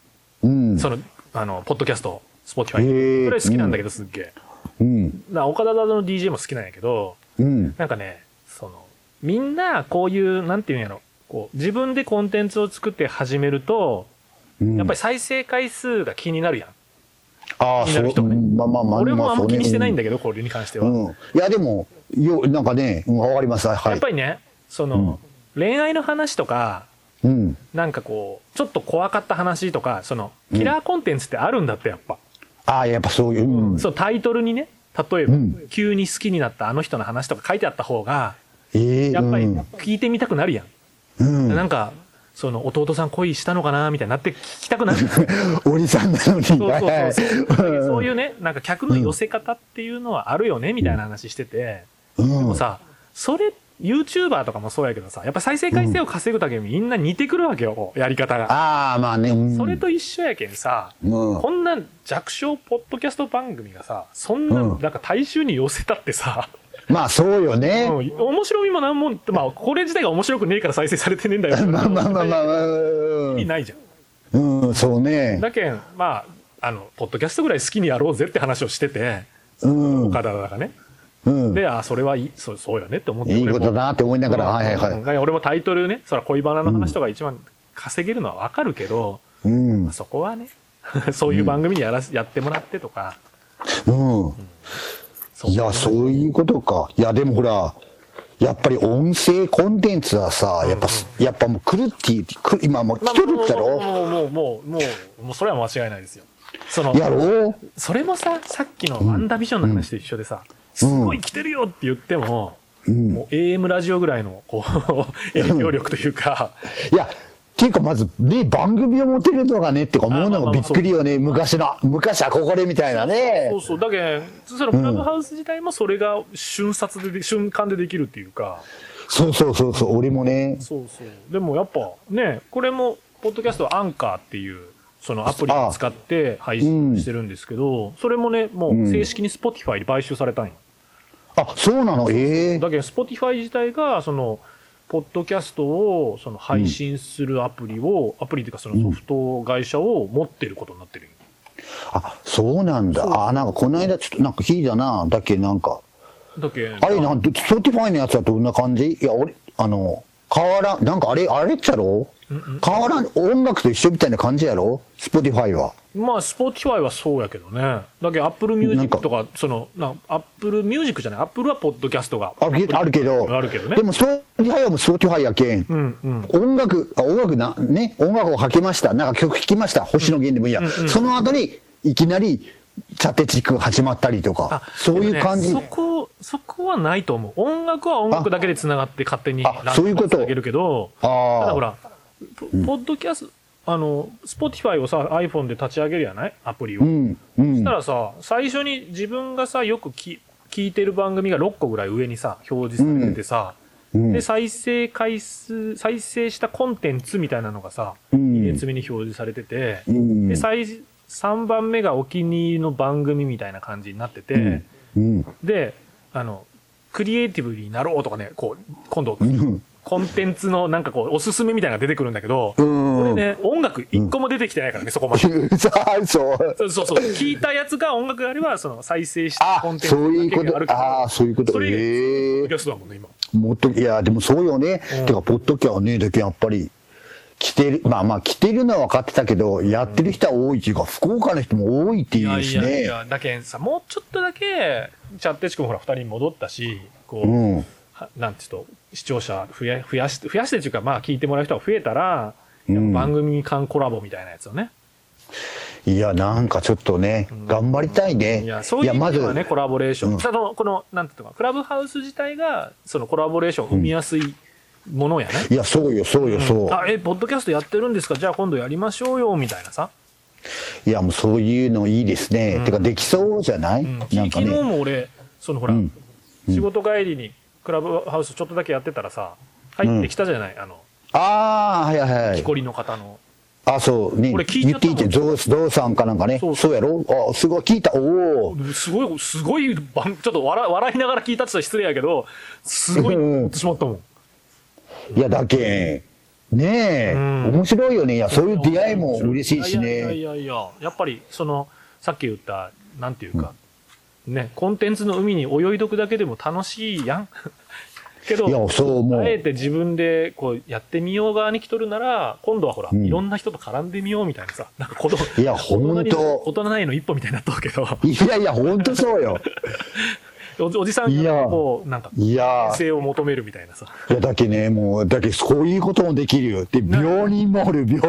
S7: うん。
S6: そのあのポッドキャストスポティフ
S7: へ
S6: ァイ
S7: ー
S6: それ好きなんだけどすっげえ、
S7: うん。
S6: な岡田だの DJ も好きなんやけど
S7: うん。
S6: なんかねそのみんなこういうなんていうんやろこう自分でコンテンツを作って始めると
S7: うん
S6: やっぱり再生回数が気になるやん、
S7: ああ、
S6: 気になる人もね
S7: うんまあまあまあ、
S6: 俺もあんま気にしてないんだけ
S7: け
S6: ど、これに関しては、
S7: うん。いや、でも、よ、なんかね、うんわかります。はいは
S6: やっ
S7: い
S6: ぱ。りねその、恋愛の話とか
S7: うん。
S6: なんかこうちょっと怖かった話とかそのキラーコンテンツってあるんだってやっぱ、
S7: ああ、やっぱそういう、うん。
S6: そうタイトルにね例えば、
S7: うん
S6: 急に好きになったあの人の話とか書いてあった方が
S7: ええ
S6: やっぱり
S7: うん
S6: 聞いてみたくなるやん、
S7: うん。
S6: なんかその弟さん恋したのかなみたいになって聞きたくなるそう
S7: おじさんなのに。
S6: そう
S7: はいはい
S6: そうそういうねなんか客の
S7: うん
S6: 寄せ方っていうのはあるよねみたいな話してて、
S7: うん。
S6: もうさそれ YouTuber とかもそうやけどさやっぱ再生回数を稼ぐためにみんな似てくるわけよやり方が、
S7: ああ、まあね、うん。
S6: それと一緒やけんさ、
S7: うん
S6: こんな弱小ポッドキャスト番組がさそんな
S7: うん
S6: なんか大衆に寄せたってさ、
S7: まあそうよね。
S6: うん面白みもなんもまあこれ自体が面白くねえから再生されてねえんだよ
S7: [laughs] まあまあまあまあ、まあ
S6: 意
S7: う
S6: 味
S7: ん
S6: ないじゃん
S7: うん、そうね。
S6: だけん、まあ、あの、ポッドキャストぐらい好きにやろうぜって話をしてて、
S7: うん、
S6: 岡田がね。
S7: うん。
S6: で、あ、それはいい、そうそうよねって思って。
S7: いい
S6: 俺も
S7: ことだなって思いながら、
S6: うん
S7: はいはいは
S6: うん
S7: い。
S6: だから俺もタイトルね、そら恋バナの話とか一番稼げるのはわかるけど、
S7: うん、うん。
S6: そこはね、 [laughs] そういう番組にやらせ、やってもらってとか、
S7: いや、そういうことか。いや、でもほら、やっぱり音声コンテンツはさ、やっぱ、やっぱもう来るっていう、来る今もう
S6: まあ
S7: 来てるだろ
S6: もう、もう、もう、もう、もう、それは間違いないですよ。その、
S7: やろう
S6: それもさ、さっきのワンダービジョンの話と一緒でさ、すごい来てるよって言っても、もう AM ラジオぐらいの、こう、 [laughs] 影響力というか、
S7: いや、っていうかまず、ね、番組を持てるのがね、ってか思うのがびっくりよね。昔の、昔憧れみたいなね
S6: そ。うそう、だけんそのクラブハウス自体もそれが瞬殺でで、瞬間でできるっていうか、
S7: そうそうそうそう、俺もね。
S6: そうそう。でもやっぱ、ね、これも、ポッドキャストはアンカーっていう、そのアプリを使って配信してるんですけど、それもね、もう正式に Spotify に買収されたんよ。
S7: あ、そうなのええ
S6: だけど Spotify 自体がそのポッドキャストをその配信するアプリを、アプリというかそのソフト会社を持ってることになってるよ、
S7: あ、そうなんだ。あ、なんかこの間ちょっとなんか聞いたな。だっけなんか。
S6: だけ
S7: あれなん、スポティファイのやつはどんな感じいや、俺、あの、変わらん、なんかあれ、あれっちゃろ変わらん、音楽と一緒みたいな感じやろスポティファイは。
S6: まあ Spotify はそうやけどねだけど Apple
S7: なん
S6: Music
S7: か
S6: とかそのな Apple Music じゃない Apple はポッドキャストが
S7: あるけあるけど。
S6: あるけどね
S7: でも、スポティファイはもうスポティファイやけん。
S6: うんうん
S7: 音楽、あ音楽な、ね、音楽をかけました。なんか曲聴きました。星野源でもいいや。その後に、いきなり、チャテチックが始まったりとか、そういう感じ。
S6: でもねそこそこはないと思う音楽は音楽だけでつながって勝手に
S7: あそういうこと
S6: あげるけど
S7: あー
S6: ただほらポポッドキャスト、あの Spotify をさ iPhone で立ち上げるやないアプリを、
S7: うん、うん。
S6: そしたらさ、最初に自分がさ、よくき聞いてる番組が6個ぐらい上にさ、表示されててさ、
S7: ん
S6: で、再生回数、再生したコンテンツみたいなのがさ、
S7: うん
S6: 2列目に表示されてて、
S7: ん
S6: で、最、3番目がお気に入りの番組みたいな感じになってて、
S7: うん、
S6: で、あの、クリエイティブになろうとかね、こう、今度、コンテンツのなんかこう、おすすめみたいなのが出てくるんだけど、こ
S7: ん
S6: れね、音楽1個も出てきてないからね、そこまで。
S7: さあ、そう。
S6: そうそうそう、聞いたやつが音楽があれば、その再生した
S7: あ
S6: コンテンツ
S7: そういう
S6: だ
S7: こ
S6: けがある
S7: と、
S6: けど
S7: ああ、そういうこと。
S6: それ以
S7: え
S6: 外
S7: え
S6: ポッドキャストだもんね、今。
S7: もっと、いや、でもそうよね。
S6: うん
S7: てか、ポッドキャはね、だけやっぱり、来てる、まあまあ、来てるのは分かってたけど、やってる人は多いっていうか、福岡の人も多いって
S6: い
S7: いう
S6: や
S7: し
S6: い
S7: ね。
S6: やいや、だけんさ、もうちょっとだけ、チャッテチ君ほら、二人に戻ったし、こう、
S7: うん。
S6: はなんていうと、視聴者増や増やして、増やしてっていうか、まあ、聞いてもらう人が増えたら、やっぱ番組間コラボみたいなやつをね。
S7: いや、なんかちょっとね、頑張りたいね。
S6: いや、そういう意味ではね、コラボレーショ
S7: う
S6: ン。
S7: ん
S6: その、この、なんていうのか、クラブハウス自体が、そのコラボレーションを生みやすいものやね。
S7: いや、そうよ、そうよ、そう。
S6: あ、え、ポッドキャストやってるんですかじゃあ今度やりましょうよ、みたいなさ。
S7: いや、もうそういうのいいですね。てか、できそうじゃない、
S6: うん
S7: なん
S6: 昨
S7: か
S6: 日
S7: ね。
S6: も俺そのほら、
S7: うん
S6: 仕事帰りにクラブハウスちょっとだけやってたらさ、入ってきたじゃない、あの、
S7: ああ、はいはいは
S6: 木
S7: い。
S6: こりの方の。
S7: あ、そう、ね、
S6: これ聞いち
S7: 言
S6: ゃ
S7: っ
S6: った
S7: て
S6: も
S7: い
S6: ん
S7: いって、ゾウ、ゾウさんかなんかね。
S6: そ
S7: そうう
S6: そ
S7: やろあ、すごい、聞いた。おお。
S6: すごい、すごい番、ちょっと笑笑いながら聞いたって言ったら失礼やけど、すごい、
S7: うん
S6: 言ってしまったもん。
S7: いや、だけん、ねえ、
S6: ん
S7: 面白いよね。いや、そういう出会いも嬉しいし
S6: ややい
S7: ね。
S6: やいや、やっぱり、その、さっき言った、なんていうか、ね、コンテンツの海に泳いどくだけでも楽しいや
S7: [laughs]
S6: ん。けど、
S7: いや、そう思
S6: あえ
S7: う。
S6: て自分でこうやってみよう側に来とるなら、今度はほら、
S7: うん
S6: いろんな人と絡んでみようみたいなさ、なんか子供、
S7: いや
S6: 大人に
S7: ほんと
S6: 大人への一歩みたいになっとるけど、
S7: いやいや、ほんとそうよ。
S6: おおじさん
S7: い
S6: が
S7: や
S6: こう、なんか、
S7: いや
S6: [laughs] 規、制を求めるみたいなさ。
S7: いやだけね、もう、だけこういうこともできるよ。で、
S6: な
S7: 病人もおる、病、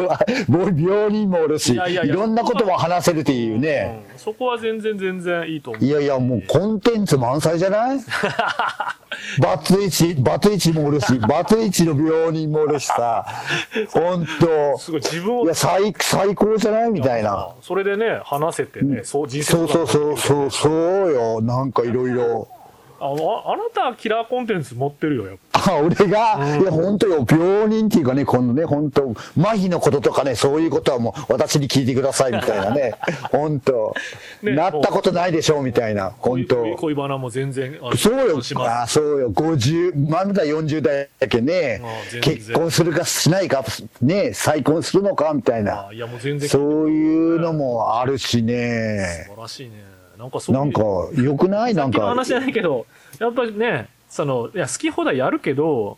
S7: もう病人もおるし、
S6: い
S7: い
S6: やいやいや
S7: ろんなことも話せるっていうね。
S6: うんそこは全然全然いいと思う。
S7: いやいや、もうコンテンツ満載じ
S6: [laughs]
S7: ゃないバツイチ、バツイチもおるし、バツイチの病人もおるしさ、ほんと。
S6: すごい、自分
S7: い
S6: を
S7: や、最、最高じゃないみたいな。
S6: それでね、話せてね、そう、人生。
S7: そうそうそう、そうう、そうよ。なんかいろいろ。
S6: あああなたはキラーコンテンツ持ってるよ、やっぱ
S7: あ、俺が、いや、本当よ、病人っていうかね、このね、本当麻痺のこととかね、そういうことはもう、私に聞いてくださいみたい
S6: [laughs]
S7: なね。本当
S6: ね
S7: なったことないでしょうみたいな。
S6: 恋
S7: 本当
S6: 恋バナも全然、あの
S7: そうよ
S6: し、ます
S7: あそうよ、50、まだ40代だけね
S6: あ全、然
S7: 結婚するかしないか、ね、再婚するのかみたいな
S6: あ。いや、もう全然、素
S7: そういうのもあるしね。
S6: 晴らしいね。なんかそうい
S7: な
S6: うん
S7: か、良くないなん
S6: 昨日
S7: か。
S6: 話じゃないけど、やっぱりね、その、いや、好き放題やるけど、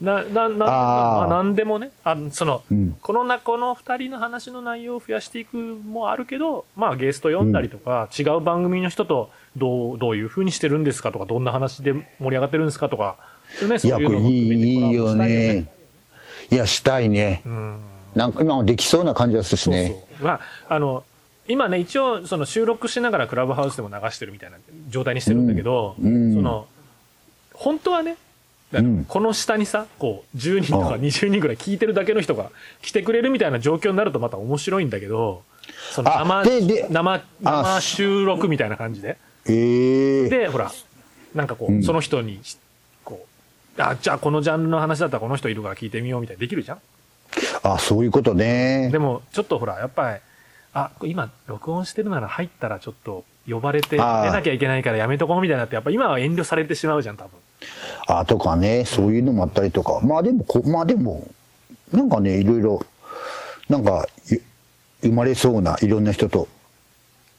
S6: な、な、な、ま
S7: あ
S6: あ、
S7: ー
S6: なんでもね、あその、
S7: うん
S6: このな、この二人の話の内容を増やしていくもあるけど、まあ、ゲスト読んだりとか、違う番組の人と、どう、どういう風にしてるんですかとか、どんな話で盛り上がってるんですかとか、ね、
S7: いや、
S6: そういう
S7: こ
S6: の
S7: れ
S6: も含め
S7: い
S6: て
S7: いいい
S6: コラボしたよ
S7: よね。。いや、したいね。
S6: うん。
S7: なんか今もできそうな感じがするし
S6: そう
S7: ね。
S6: そう。まあ、あの、今ね、一応、その収録しながらクラブハウスでも流してるみたいな状態にしてるんだけど、
S7: うんうん
S6: その、本当はね、だから
S7: うん
S6: この下にさ、こう、10人とか
S7: うん
S6: 20人ぐらい聞いてるだけの人が来てくれるみたいな状況になるとまた面白いんだけど、その
S7: あ
S6: 生、
S7: でで
S6: 生、生
S7: あ
S6: 収録みたいな感じで。
S7: ええ
S6: で、ほら、なんかこう、
S7: うん
S6: その人に、こう、あ、じゃあこのジャンルの話だったらこの人いるから聞いてみようみたいな、できるじゃん
S7: あ、そういうことね
S6: で。も、ちょっとほら、やっぱり、あ、今、録音してるなら入ったらちょっと、呼ばれて、出
S7: あー
S6: なきゃいけないからやめとこうみたいなって、やっぱ今は遠慮されてしまうじゃん、多分。
S7: あ、とかね、そういうのもあったりとか。まあでも、こまあでも、なんかね、いろいろ、なんか、ゆ生まれそうないろんな人と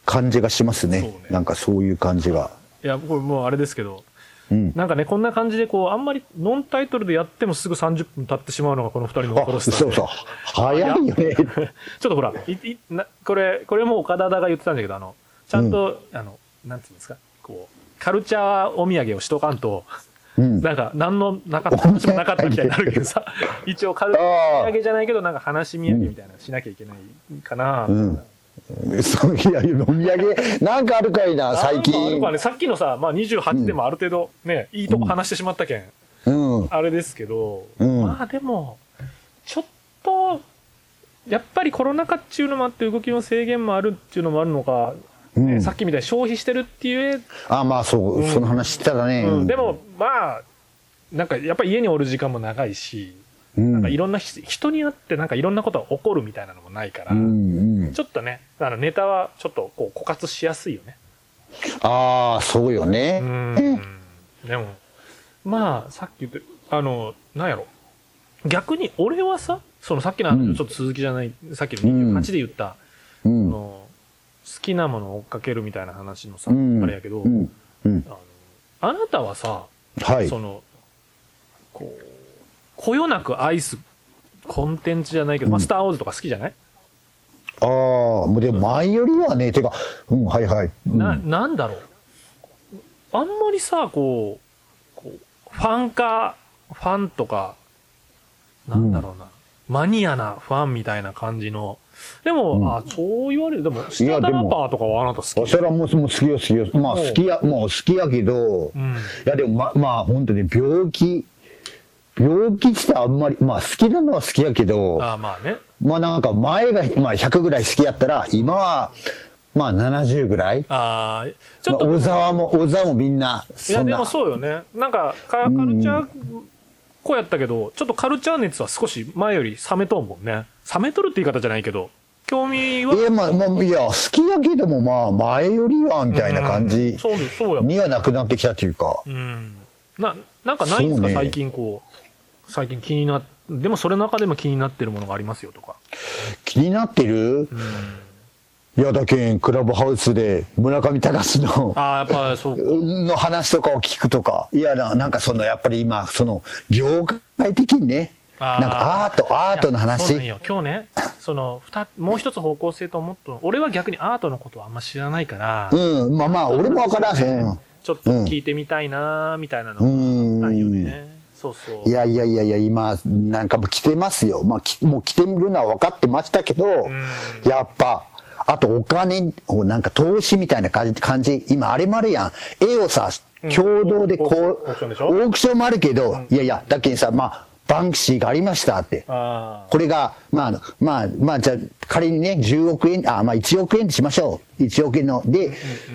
S7: 感じがしますね。
S6: そうね
S7: なんかそういう感じが。
S6: いや、これもうあれですけど、
S7: うん。
S6: なんかね、こんな感じで、こう、あんまりノンタイトルでやってもすぐ30分経ってしまうのが、この2人の
S7: あ、
S6: 恐ろしさ
S7: そ
S6: で。
S7: うそう。早いよね。
S6: ちょっとほら、いいなこれ、これも岡田が言ってたんだけど、あの、ちゃんと、あの、なんていうんですか、こう、カルチャーお土産をしとかんと、 [laughs]
S7: うん。
S6: なんか、何のなかった、話もなかったみたいになるけど [laughs] さ、一応、カルチャー土
S7: あ
S6: 産じゃないけど、なんか話し土産みたいなのしなきゃいけないかな。
S7: うんあ、そういや、飲み上げ、なんかあるかいな、最
S6: あなん
S7: 近
S6: か。ね、さっきのさ、まあ、28でもある程度ね、いいとこ話してしまったけん、
S7: うん。
S6: あれですけど、
S7: うん
S6: まあでも、ちょっと、やっぱりコロナ禍っていうのもあって、動きの制限もあるっていうのもあるのか、ね
S7: うん
S6: さっきみたいに消費してるっていう
S7: あまあそう、
S6: うん
S7: その話したらね、
S6: 絵、
S7: うん
S6: でも、まあ、なんかやっぱり家におる時間も長いし、
S7: うん
S6: なんかいろんな人人に会って、なんかいろんなことが起こるみたいなのもないから。
S7: うんうん
S6: ちょっとね、あのネタはちょっとこう枯渇しやすいよね。
S7: ああそうよね、
S6: うん。でも、まあ、さっき言って、あの、なんやろ。逆に俺はさ、そのさっきの、
S7: うん
S6: ちょっと続きじゃない、さっきの28で言った、
S7: うん
S6: あの好きなものを追っかけるみたいな話のさ、
S7: うん
S6: あれやけど、
S7: うんうん
S6: あのあなたはさ、
S7: はい
S6: その、こう、こよなく愛すコンテンツじゃないけど、まあ、
S7: うん
S6: スター・ウォーズとか好きじゃない、
S7: ああもうでも前よりはねてかうんはいはい、うん
S6: ななんだろうあんまりさこうこうファンかファンとかなんだろうな、マニアなファンみたいな感じのでも、
S7: うん
S6: あそう言われるでもスターダラッパーとかはあなた好き
S7: それはもうもう好きよ好きよまあ
S6: うん
S7: 好きやもう好きやけど、
S6: う
S7: い
S6: ん
S7: やでもままあ本当に病気病気自体あんまりまあ好きなのは好きやけど
S6: あまあね
S7: まあなんか前が、まあ、100ぐらい好きやったら今はまあ70ぐらい
S6: あーちょ
S7: まあ
S6: っと、
S7: 小沢も小沢もみんない
S6: や
S7: そん
S6: で
S7: な
S6: もそうよねなんかカカルチャー子やったけど、ちょっとカルチャー熱は少し前より冷めとんもんね。冷めとるって言い方じゃないけど、興味は。
S7: えまあまあいや好きだけどもまあ前よりはみたいな感
S6: うん
S7: じ
S6: そうです、そうやもん。
S7: にはなくなってきたというか、
S6: うん。な、なんかないんですか、
S7: そうね
S6: 最近こう、最近気になっ、でもそれの中でも気になってるものがありますよとか。
S7: 気になってる、いやだけんクラブハウスで村上隆の
S6: ああ、やっぱそう。
S7: の話とかを聞くとかいやななんかそのやっぱり今その業界的にね
S6: あ
S7: な
S6: ー
S7: んかアートアートの
S6: そうなん
S7: 話
S6: よ。今日ね、その、二つ、もう一つ方向性と思ったの俺は逆にアートのことはあんま知らないから、
S7: うんまあまあ俺もわからんし、うん
S6: ちょっと聞いてみたいなーみたいなのがあったんよね。そうそう。
S7: いやいやいやいや、今、なんかもう来てますよ。まあ、きもう来てるのは分かってましたけど、やっぱ、あとお金をなんか投資みたいな感じ、感じ今あれもあるやん。絵をさ、共同でこう、
S6: オークションでしょ
S7: オークションもあるけど、いやいや、だけどさ、まあ、バンクシーがありましたって。
S6: あ
S7: これが、まあ、まあ、まあ、じゃあ、仮にね、10億円、あ、まあ、1億円にしましょう。1億円の。で、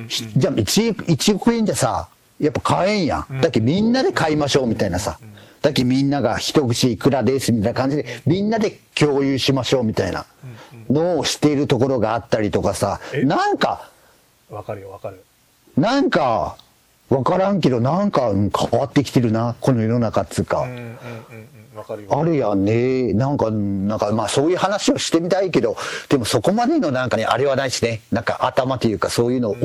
S7: ひじゃあ1億、1億円じゃさ、やっぱ買えんやん。だけどみんなで買いましょう、みたいなさ。だけどみんなが一口いくらです、みたいな感じで、みんなで共有しましょう、みたいなのをしているところがあったりとかさ
S6: え、
S7: なんか、
S6: あ、わかるよ、わかる。
S7: なんか、わからんけど、なんかうん変わってきてるな、この世の中っつうか。
S6: うんうんうんうん、わかるよ。
S7: あるやんね。なんか、なんか、まあそういう話をしてみたいけど、でもそこまでのなんかね、あれはないしね。なんか頭というかそういうのを、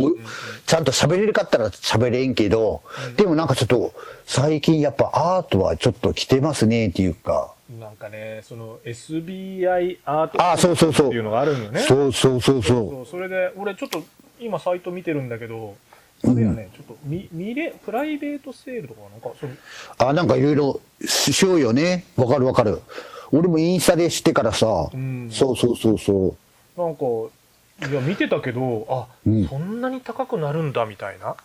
S7: ちゃんと喋れるかったら喋れんけど、でもなんかちょっと、最近やっぱアートはちょっと来てますねっていうか。
S6: なんかね、その SBI アート
S7: あそうそうそう
S6: っていうのがあるんよね。
S7: そうそうそうそ
S6: そうそれで、俺ちょっと今サイト見てるんだけど、あれやね、ちょっとみ見れ、プライベートセールとかなんか、その
S7: う。あ、なんかいろいろししようよね。わかるわかる。俺もインスタでしてからさ、
S6: ん
S7: そうそうそうそう。
S6: なんか、いや、見てたけど、あ、
S7: ん
S6: そんなに高くなるんだみたいな。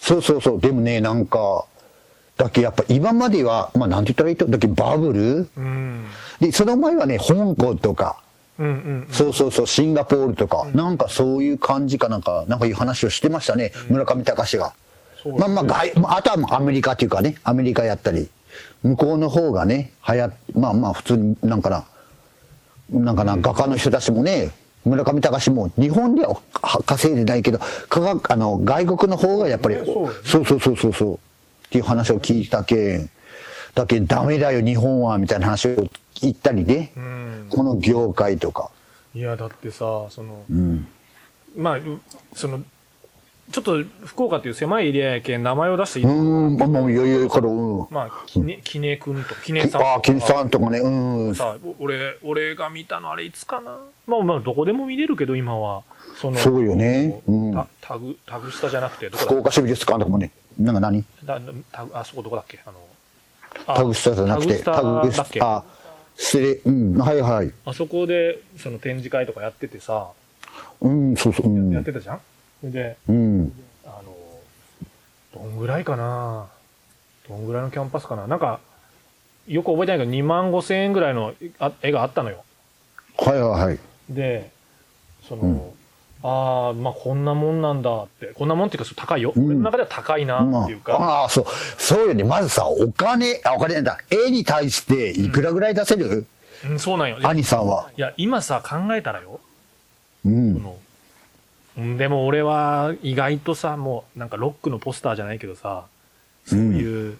S7: そうそうそう。でもね、なんか、だけやっぱ今までは、まあなんて言ったらいいと、だけバブル
S6: うん。
S7: で、その前はね、香港とか、
S6: うんうん。
S7: そうそうそう、シンガポールとか、なんかそういう感じかなんか、なんかいう話をしてましたね、村上隆が。
S6: そう
S7: まあまあ外、まああとはもうアメリカというかね、アメリカやったり、向こうの方がね、はや、まあまあ普通になんかな、なんかな、画家の人たちもね、村上隆も日本ではは稼いでないけど、科学、あの、外国の方がやっぱり、
S6: ねそうよね
S7: そうそうそうそうそう、っていう話を聞いたけん、だけんダメだよ、日本は、みたいな話を言ったりね、
S6: うん。
S7: この業界とか。
S6: いや、だってさ、その、
S7: うん。
S6: まあ、うその、ちょっと福岡っていう狭いエリアやけん、名前を出していい、
S7: うん、まあもう余裕から、うん。
S6: まあ、きね、きねくんと、きねさんとか。
S7: ああ、金さんとかね、うん。
S6: さあ、お俺、俺が見たのあれいつかなまあまあ、どこでも見れるけど、今は。その
S7: そうよねうん
S6: タタグ、タグ下じゃなくて、ど
S7: 福
S6: こ
S7: 岡市美術館とかもね、なんか何
S6: だだタグ、あ、そこどこだっけあの、あ
S7: タグスタじゃなくて、
S6: タグスタだ
S7: タ
S6: っけ
S7: あ、失礼、うん、はいはい。
S6: あそこで、その展示会とかやっててさ、
S7: うん、そうそう、う
S6: やっ
S7: ん。
S6: てたじゃんそれで、
S7: うん。
S6: あの、どんぐらいかなどんぐらいのキャンパスかななんか、よく覚えてないけど、2万5千円ぐらいのあ絵があったのよ。
S7: はいはいはい。
S6: で、その、
S7: うん
S6: ああ、まあこんなもんなんだって、こんなもんっていうか、そう高いよ。
S7: ん
S6: 俺の中では高いな
S7: ま
S6: っ
S7: あ
S6: ていう、か、
S7: ああ、そう。そうよね。まずさ、お金、あ、お金なんだ。絵に対していくらぐらい出せる
S6: うん、そうなんよ。い
S7: 兄さんは。
S6: や、今さ、考えたらよ、そ
S7: うん。
S6: の、うんでも俺は意外とさ、もうなんかロックのポスターじゃないけどさ、そういう、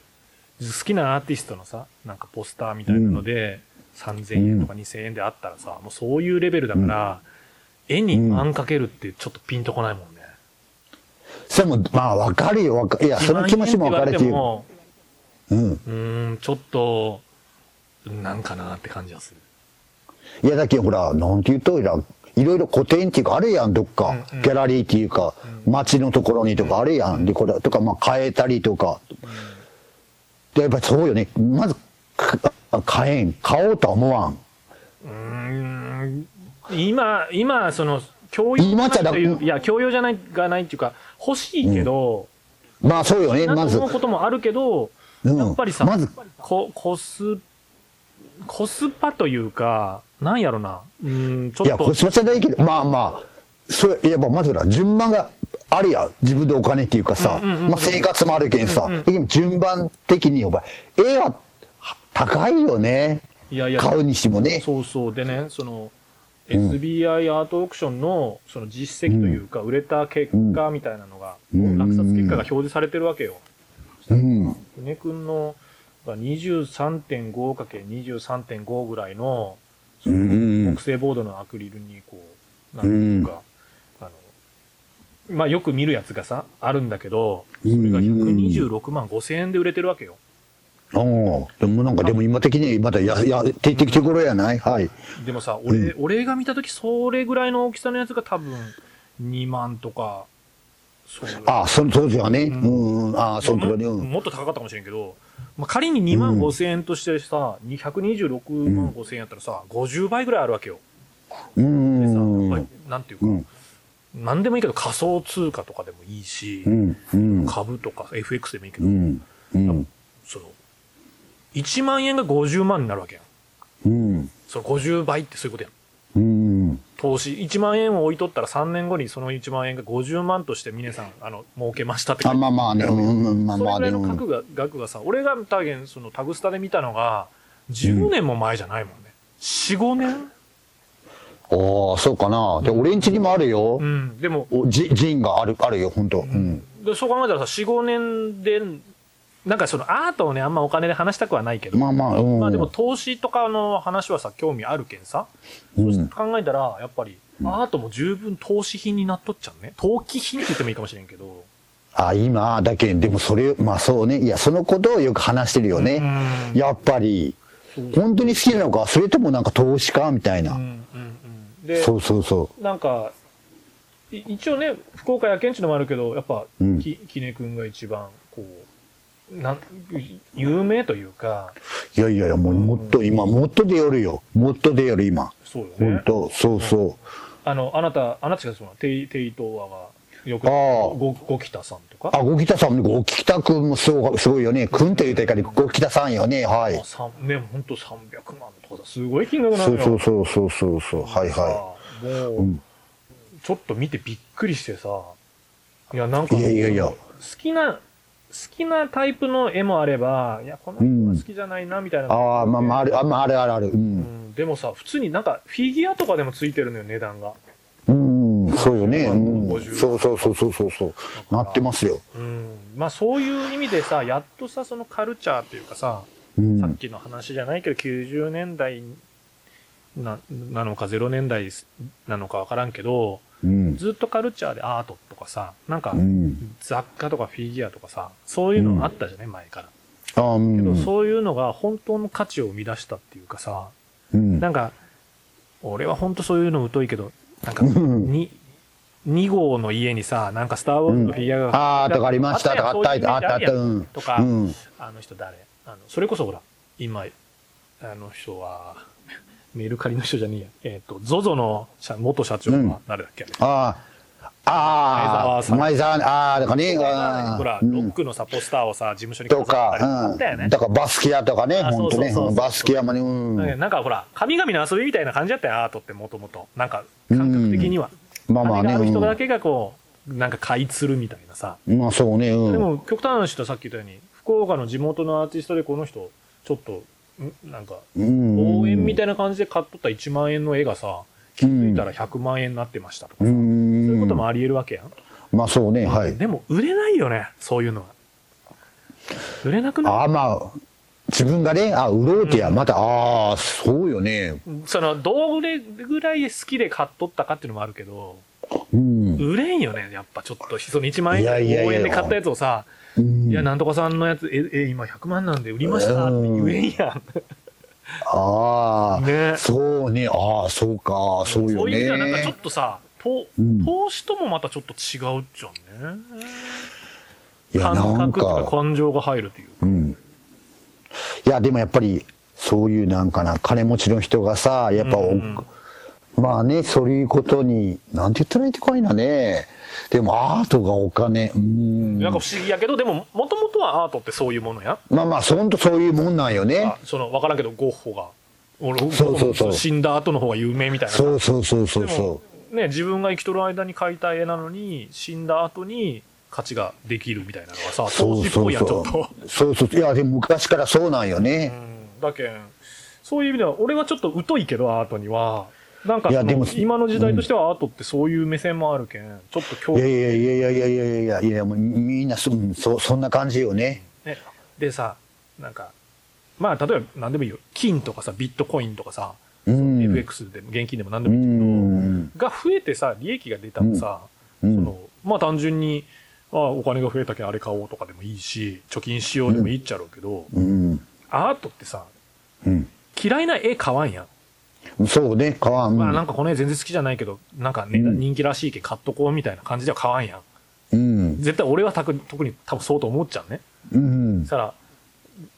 S6: 好きなアーティストのさ、なんかポスターみたいなので、3000円とか2000円であったらさ、もうそういうレベルだから、絵に
S7: うん
S6: あんかけるってちょっとピンとこないもんね。
S7: それも、まあ、わかるよ。わかいや、その気持ちもわかるってい
S6: 1万円って言
S7: う。
S6: われても
S7: うん。
S6: うーん、ちょっと、なんかなって感じがする。
S7: いやだけどほらなんて言うといらいろいろ古典っていうかあるやんどっか、ギャラリーっていうか、街のところにとかあるやん、でこれとかまあ変えたりとか、でやっぱそうよねまずか買えん買おうとは思わん
S6: うーん、今、今、その、教養
S7: 今じゃな
S6: といういや、教養じゃない、がないっていうか、欲しいけど、
S7: まあそうよね
S6: な
S7: ま
S6: んと
S7: ず
S6: 思うこともあるけど、
S7: うん
S6: やっぱりさ、
S7: まず
S6: こコス、コスパというか、なんやろな、うーん、ちょ
S7: い
S6: っ
S7: や
S6: と
S7: コ、スパじゃないけどまあまあそれやっぱまずほら順番があるやん自分でお金っていうかさ、まあ、生活もあるけんさ、でも順番的にお前絵は高いよね
S6: いやいや、
S7: 買うにしてもね
S6: そうそう。でね、その、
S7: うん
S6: SBI アートオークションのその実績というか、売れた結果みたいなのが、
S7: うん
S6: 落札結果が表示されてるわけよ。
S7: うん
S6: うねくんの 23.5×23.5 ぐらいの、そ
S7: うんうんう
S6: の
S7: ん
S6: 木製ボードのアクリルに、こう、なんていうか、あの、まあ、よく見るやつがさ、あるんだけど、それが126万5千円で売れてるわけよ。
S7: おーでもなんかでも今的にまだやや定期手頃やないはい
S6: でもさ、俺、
S7: う
S6: 俺が見たとき、それぐらいの大きさのやつが多分、2万とか、そう
S7: ああその当時はねう
S6: うん
S7: ん、うん、ああそ
S6: ま
S7: の
S6: あ
S7: 時はねうん
S6: もっと高かったかもしれんけど、まあ、仮に2万5千円としてさ、126万5千円やったらさ、50倍ぐらいあるわけよ。
S7: う
S6: でさ、や
S7: んう
S6: っぱ
S7: ん
S6: り、なんていう
S7: う
S6: か、
S7: ん
S6: なんでもいいけど仮想通貨とかでもいいし
S7: う、んうん
S6: 株とか FX でもいいけ
S7: う
S6: ど、
S7: んうん
S6: その、1万円が50万になるわけやん。
S7: うん
S6: その50倍ってそういうことやん。
S7: うん
S6: 投資1万円を置いとったら3年後にその1万円が50万として峰さんあの儲けましたって書い
S7: あ
S6: て
S7: まあまあねうんうんまあ
S6: そ
S7: ま
S6: れ
S7: あ
S6: ぐら
S7: ね
S6: いの
S7: うん
S6: 額が額がさ俺が多分そのタグスタで見たのが10年も前じゃないもんね45年
S7: ああそうかなで俺ん家にもあるよ
S6: うんでも
S7: おジジンがあるあるよ本当うん
S6: でそう考えたらさ45年でなんかそのアートをねあんまお金で話したくはないけど
S7: まあまあうん
S6: まあでも投資とかの話はさ興味あるけんさ
S7: う
S6: そうし
S7: ん
S6: て考えたらやっぱりアートも十分投資品になっとっちゃうね投機品って言ってもいいかもしれんけど
S7: あ今だけでもそれまあそうねいやそのことをよく話してるよね
S6: うん
S7: やっぱり本当に好きなのかそれともなんか投資かみたい
S6: うんう
S7: なん
S6: うんで
S7: そうそうそ
S6: なんか、い一応ね、福岡や県知のもあるけど、やっぱ、
S7: うん
S6: ききねくんが一番、こう、なん、有名というか、
S7: ういやいやいやもうもっと今もっと出よるよもっと出よる今
S6: そうよね
S7: 本。当そうそ
S6: あの、あなた、あなた違う、その、テイ、テイトーアが、よく、
S7: ああ
S6: ご、ごきたさんと
S7: うあ
S6: か、
S7: ごきたさんごきたくんもすごすごいよねくんって言うたからごきたさんよねはい
S6: あさんね、ほんと300万とかさ、すごい金額な
S7: そ
S6: の
S7: う
S6: よ。
S7: そうそうそうそうそうはいは
S6: さもう、
S7: うん
S6: ちょっと見てびっくりしてさ、いや、なんか、
S7: いやいやいや
S6: 好きな、好きなタイプの絵もあれば、いや、この人は好きじゃないな、みたいな、
S7: いああまあまああるあまああるあるあるう
S6: うんんでもさ、普通になんかフィギュアとかでもついてるのよ、値段が。
S7: うんそうよねうん
S6: 50
S7: そうそうそうそうそうそうなってますよ
S6: うん。まあそういう意味でさ、やっとさ、そのカルチャーっていうかさ、
S7: う
S6: さっ
S7: ん
S6: きの話じゃないけど、90年代ななのか、0年代なのかわからんけど、
S7: うん
S6: ずっとカルチャーでアートとかさ、なんか
S7: うん
S6: 雑貨とかフィギュアとかさ、そういうのあったじゃない、前から。
S7: あーう
S6: けど、
S7: ん
S6: そういうのが本当の価値を生み出したっていうかさ、
S7: うん
S6: なんか、俺は本当そういうの疎いけど、なんか、
S7: うん
S6: に2号の家にさ、なんかスター・ウォーズのフィギュアが、
S7: ああとかありましたとかあったあったあったあったうん
S6: とか、
S7: うん
S6: あの人誰あのそれこそほら、今、あの人は、メルカリの人じゃねえや。えっ、と、ZOZO の社元社長
S7: うん
S6: は誰だっけ、
S7: ああ、
S6: 前澤
S7: あ
S6: さ
S7: あ、
S6: ん
S7: 前澤、ああ、だからね、ああ
S6: ほら、
S7: う
S6: ロッ
S7: ん
S6: クのさ、ポスターをさ、事務所に
S7: と
S6: 飾ったり
S7: か、
S6: あ
S7: う
S6: ったよね
S7: ん、だからバスキアとかね、
S6: あ
S7: 本
S6: そ
S7: 当ね
S6: うそうそうそ、う
S7: バスキアもね、うん、
S6: だけどなんかほら、神々の遊びみたいな感じだったよ、アートってもともと。なんか、感覚的には。
S7: まあまあ
S6: 金がある
S7: ね、
S6: 人だ
S7: う
S6: けがこう、なんか買いするみたいなさ。
S7: ん、まあそうね、う
S6: で
S7: ん、
S6: も、極端な人はさっき言ったように、福岡の地元のアーティストでこの人、ちょっと、んなんか、
S7: うん
S6: 応援みたいな感じで買っとった1万円の絵がさ、気づいたら100万円になってましたとかさ、そ
S7: う
S6: ういうこと
S7: ん、
S6: もあり得るわけやん。
S7: まあそうね、はい。
S6: でも、売れないよね、そういうのは。売れなくな
S7: あ
S6: る
S7: あ、まあ、自分がね、あ、売ろうてや、また、ああ、そうよね、
S6: その、どれぐらい好きで買っとったかっていうのもあるけど、
S7: うん、
S6: 売れんよね、やっぱちょっと、その1万円
S7: いやいやいや
S6: 応援で買ったやつをさ、
S7: うん
S6: いや、なんとかさんのやつ、え、え、今100万なんで売りましたって言えんや
S7: あ
S6: ん。
S7: あ、
S6: ね。
S7: そうね、ああ、そうか、そうよ
S6: そういう意味ではなんかちょ
S7: ね
S6: っ。とさ、と
S7: うん
S6: 投資ともまたちょっと違うっちゃうね。
S7: いや、
S6: 感
S7: な
S6: 覚
S7: ん
S6: とか
S7: か。
S6: 感情が入るという。
S7: うん、いやでもやっぱりそういうなんかな金持ちの人がさやっぱお、
S6: うん
S7: まあねそういうことになんて言ったらいいってこいなねでもアートがお金うん
S6: なんか不思議やけど、でも、もともとはアートってそういうものや。
S7: まあまあそんとそういうもんなんよね
S6: あその、わからんけど、ゴッホが。俺、
S7: そうそうそう
S6: 死んだ後の方が有名みたいな。
S7: そうそうそうそう
S6: でも
S7: そ
S6: ね、自分が生きとる間に描いた絵なのに、死んだ後に価値ができるみたいなのがさ
S7: う、
S6: 投
S7: そう
S6: 資っ
S7: そ
S6: ぽ
S7: う
S6: いやん、ち
S7: そ
S6: ょ
S7: う
S6: っと。
S7: そうそういやでも昔からそうなんよ
S6: う
S7: ね、
S6: んだけん、そういう意味では、俺はちょっと疎いけど、アートには。なんか
S7: いや
S6: その
S7: でも
S6: 今の時代としてはアートってそういう目線もあるけん、ちょっと興
S7: いや
S6: 味
S7: いやいやいやいやいやいやいやもうみんなそうんそそんな感じよね
S6: ね、でさ、なんか、まあ、例えば何でもいいよ。金とかさ、ビットコインとかさ、
S7: うん
S6: FX でも現金でも何で
S7: う
S6: もいいけど、
S7: ん
S6: が増えてさ、利益が出たらさ、
S7: うん
S6: そのまあ単純に、あお金が増えたけんあれ買おうとかでもいいし、貯金しようでもいいっちゃろうけど、
S7: うん
S6: アートってさ、
S7: うん
S6: 嫌いな絵買わんやん。
S7: そうね買わん、
S6: まあなんかこの絵全然好きじゃないけど、なんかね、
S7: うん
S6: 人気らしいけん買っとこうみたいな感じでは買わんやん。
S7: うん
S6: 絶対俺はたく特に多分そうと思っちゃうね。
S7: うん
S6: そしたら、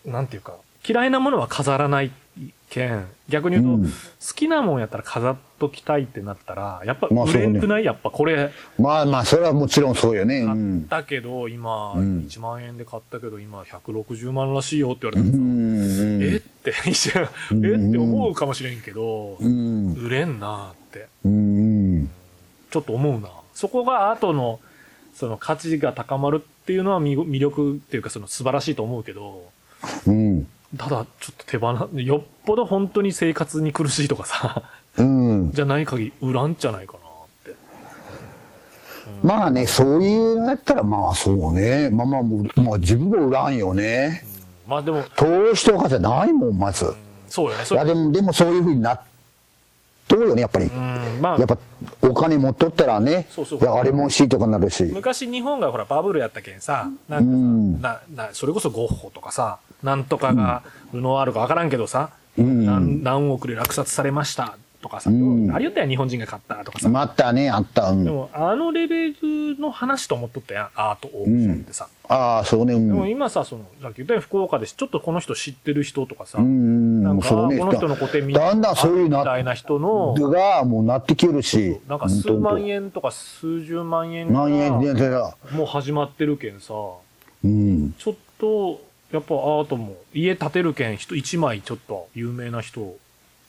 S6: なんていうか、嫌いなものは飾らないけん、逆に言うと、
S7: うん
S6: 好きなもんやったら飾っときたいってなったら、やっぱ
S7: まあ
S6: 売れんくない、やっぱこれ、
S7: まあまあそれはもちろんそうよねう
S6: 買っ
S7: ん
S6: たけど、今、
S7: うん
S6: 1万円で買ったけど、今160万らしいよって言わ
S7: う
S6: れたらさ、
S7: ん
S6: え [laughs] って一瞬、
S7: うん
S6: えって思うかもしれんけど、
S7: うん
S6: 売れんなって、
S7: うん
S6: ちょっと思うな。そこが後の、その価値が高まるっていうのは魅魅力っていうか、その素晴らしいと思うけど、
S7: うん
S6: ただ、ちょっと手放、よっぽど本当に生活に苦しいとかさ、 [laughs]
S7: うん
S6: じゃない限り売らんじゃないかなって。
S7: まあねそういうのやったらまあそうねまあまあもうまあ自分も売らんよね
S6: まあでも、
S7: 投資とかじゃないもんまず
S6: そうよね。そ
S7: いや
S6: れ
S7: でもでもそういうふうになっとるよねやっぱり
S6: うん、まあ
S7: やっ、ぱお金持っとったらね
S6: そうそう
S7: いやあれも欲しいとかなるし
S6: 昔日本がほらバブルやったけんさ、な
S7: うんん
S6: かさ、な、な、それこそゴッホとかさ、なんとかが、ルノワールかわからんけどさ、
S7: ん
S6: 何何億で落札されましたとかさ、
S7: ん
S6: あれよったやん日本人が買ったとかさ、
S7: またねあったうん
S6: でもあのレベルの話と思っとったやん、アートオークションってさ。
S7: ああそうねう
S6: でも
S7: ん
S6: 今さ、その、さっき言ったように福岡でちょっとこの人知ってる人とかさ、
S7: うん
S6: なんか、
S7: そうね
S6: あこの人の個展見
S7: だんだんそういう
S6: み
S7: な
S6: たいな人の、
S7: がもうなってきよるし
S6: なんか数万
S7: 円
S6: 円とか数十万円が
S7: 何円
S6: も
S7: でだ
S6: う始まってるけんさ、
S7: うん
S6: ちょっと、やっぱアートも、家建てるけん、人一枚ちょっと有名な人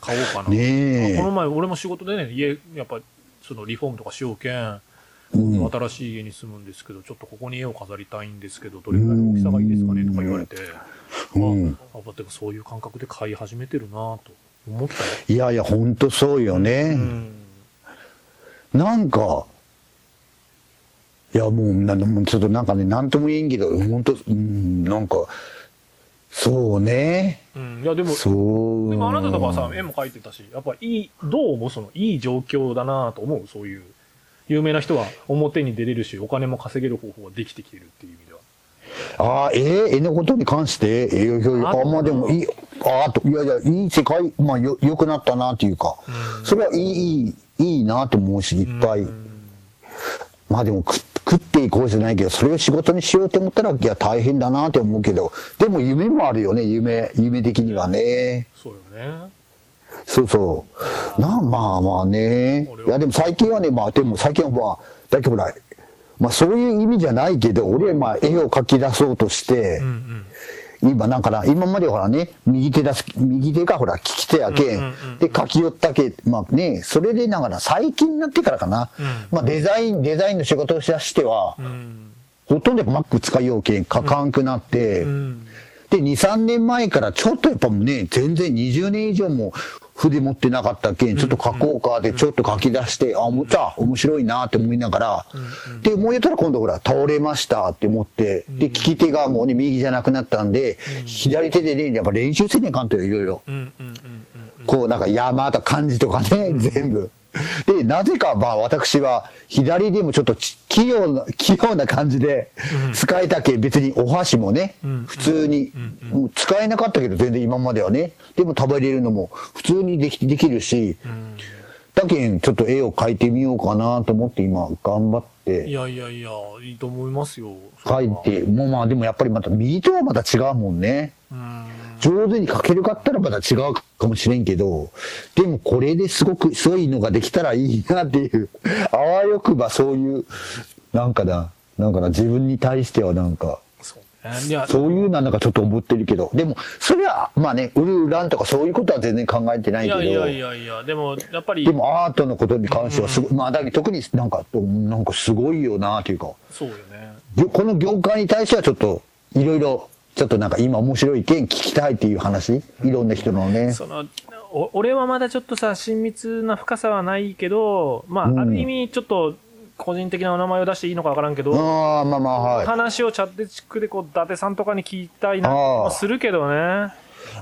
S6: 買おうかな。
S7: ねえ
S6: この前、俺も仕事でね、家、やっぱ、そのリフォームとかしようけん、
S7: うん
S6: 新しい家に住むんですけど、ちょっとここに絵を飾りたいんですけど、どれぐらいの大きさがいいですかねとか言われて、
S7: うん
S6: あ、あでもそういう感覚で買い始めてるなぁと思ったよ。
S7: いやいやほんとそうよ
S6: う
S7: ね
S6: ん。
S7: なんかいやもうなんもうちょっとなんかね何とも言えんけどほんとうんなんかそうね
S6: うん、いや、でも、
S7: そう
S6: でもあなたとかさ、絵も描いてたし、やっぱいい、どうもその、いい状況だなぁと思う、そういう。有名な人は表に出れるし、お金も稼げる方法ができてきてるっていう意味では。
S7: ああ、ええ絵のことに関して、ええよよよ
S6: あ
S7: あまあでもいい、ああと、いやいや、いい世界、まあよ、良くなったなというか、それはいい、いい、いいなと思うし、いっぱい。まあでも、く食っていこうじゃないけど、それを仕事にしようと思ったら、いや、大変だなって思うけど、でも夢もあるよね、夢、夢的にはね。
S6: そうよね。
S7: そうそう。なまあまあね。いやでも最近はね、まあでも最近はまあ、だけどほら、まあそういう意味じゃないけど、俺はまあ絵を描き出そうとして、今なんかな、今までほらね、右手だす、右手がほら利き手やけん、で描き寄ったけん、まあね、それでなんかな、最近になってからかな、まあデザイン、デザインの仕事をしだしては、
S6: うん。
S7: ほとんど Mac 使いようけん、かかんくなって、
S6: うん。
S7: で、2、3年前からちょっとやっぱね、全然20年以上も筆持ってなかったけん、ちょっと書こうかでちょっと書き出して、あ、思った、面白いなって思いながら、で、思いやったら今度ほら、倒れましたって思って、で、利き手がもうね、右じゃなくなったんで、左手でね、やっぱ練習せねえかんとよ、いろいろ。
S6: うん。うん。うん。
S7: こうなんか山とか漢字とかね、全部。で、なぜかまあ私は左でもちょっとち器用な、器用な感じで使えたけ、別にお箸もね、普通に、もう使えなかったけど全然今まではね、でも食べれるのも普通にできできるし、だけんちょっと絵を描いてみようかなと思って今頑張っ
S6: い
S7: て
S6: やいやいや、いいと思いますよ。
S7: 描いて、もうまあでもやっぱりまた右とはまた違うもんね。
S6: うん。
S7: 上手に書けるかったらまた違うかもしれんけど、でもこれですごく、すごいのができたらいいなっていう、 [laughs] あわよくばそういう、なんかな、なんかな、自分に対してはなんか、
S6: そうね。いや、
S7: そういうのはなんかちょっと思ってるけど、でも、それは、まあね、売る、売らんとかそういうことは全然考えてない
S6: い
S7: けど、
S6: やいやいやいや、でも、やっぱり
S7: で、もアートのことに関してはすごい、まあだけど特になんか、なんかすごいよなというか、
S6: そうよね。
S7: ぎょこの業界に対してはちょっと、いろいろちょっとなんか今面白い意見聞きたいっていう話いろんな人のね
S6: そのお俺はまだちょっとさ親密な深さはないけど、まあ、
S7: うん
S6: ある意味ちょっと個人的なお名前を出していいのかわからんけど、
S7: ああまあまあはい
S6: 話をチャッテチックでこう伊達さんとかに聞いたりな
S7: あー
S6: まあするけどね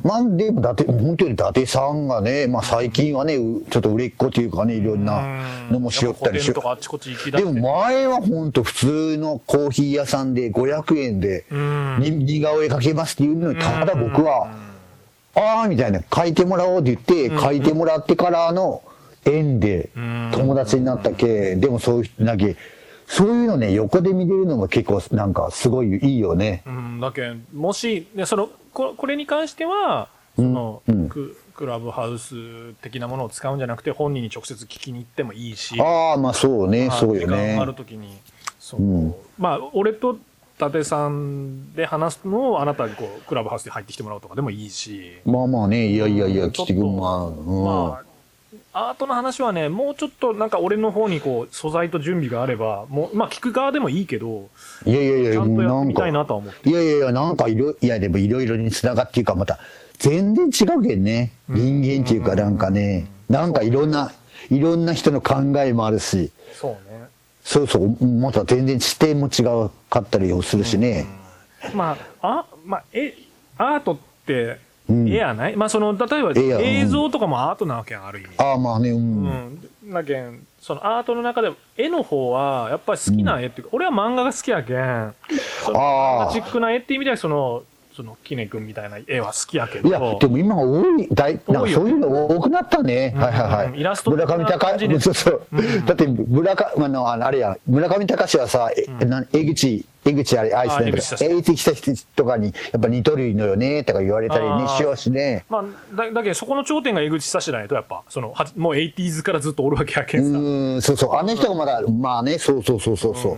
S7: まあでも伊達本当に伊達さんがね、まあ、最近はねうちょっと売れっ子というかねいろんなのもしよったりし
S6: やぱ古典とかあっちこっち行きだ
S7: で
S6: して
S7: も前は本当普通のコーヒー屋さんで500円で
S6: うん
S7: に似顔絵描けますっていうのにただ僕は「ああ」みたいな「書いてもらおう」って言って書いてもらってからの縁で
S6: うん
S7: 友達になったけでもそういう人だけそういうのね横で見れるのも結構なんかすごいいいよね。
S6: うん、だけんもしでそのここれに関してはその、
S7: うん
S6: ククラブハウス的なものを使うんじゃなくて本人に直接聞きに行ってもいいし
S7: ああまあそうね
S6: まあ
S7: そうよ
S6: 時間あ
S7: ね
S6: る。時にそう、
S7: うん
S6: まあ俺と伊達さんで話すのをあなたにこうクラブハウスで入ってきてもらうとかでもいいし、
S7: まあまあねいやいやい
S6: うん
S7: や来てく
S6: ち
S7: る
S6: ょっと
S7: まあうん
S6: まあアートの話はねもうちょっとなんか俺の方にこう素材と準備があればもうまあ聞く側でもいいけど
S7: いやいやい
S6: ち
S7: や
S6: ゃんとやっ
S7: な
S6: て
S7: ん
S6: みた
S7: か
S6: いなとは思って
S7: いやいやいや、なんかいろ、いやでもいろいろにつながっていうか、また、全然違うけんね。人間っていうかなんかね、なんかいろんな、いろんな人の考えもあるし、
S6: そうね
S7: そうそう、また全然視点も違うかったりをするしね。
S6: まあ、あ、まあ、え、アートって、
S7: うん
S6: 絵やない、まあ、その、例えば
S7: 絵やうん
S6: 映像とかもアートなわけやん、ある意味。
S7: ああ、まあね、うん。
S6: うん。だけん、そのアートの中でも、絵の方は、やっぱり好きな絵っていうか、俺は漫画が好きやけん、その
S7: あ
S6: マ
S7: あ
S6: ジ。ックな絵って意味では、その、その、キネ君みたいな絵は好きやけど。
S7: いや、でも今多い、だい、なん
S6: 多
S7: か
S6: いよ
S7: そういうの多くなったね。は
S6: う
S7: いはい
S6: ん
S7: は
S6: う
S7: い。
S6: んイラスト的
S7: 村
S6: な
S7: 上
S6: 感じで
S7: [laughs] 隆、そうそう。だって、村上、あの、あのあれや、村上隆はさ、え、な、江口、江口あれ、アイス
S6: あ
S7: ね
S6: 江口久。志
S7: 江口久志とかに、やっぱ似とるのよね、とか言われたり
S6: あ
S7: ね、
S6: ー
S7: しようしね。
S6: まあ、だだけどそこの頂点が江口久志だねと、やっぱ、その、はもう 80s からずっとおるわけやけ
S7: うん
S6: さ。
S7: ーん、そうそう。あの人がまだ、まあね、そうそうそうそうそう。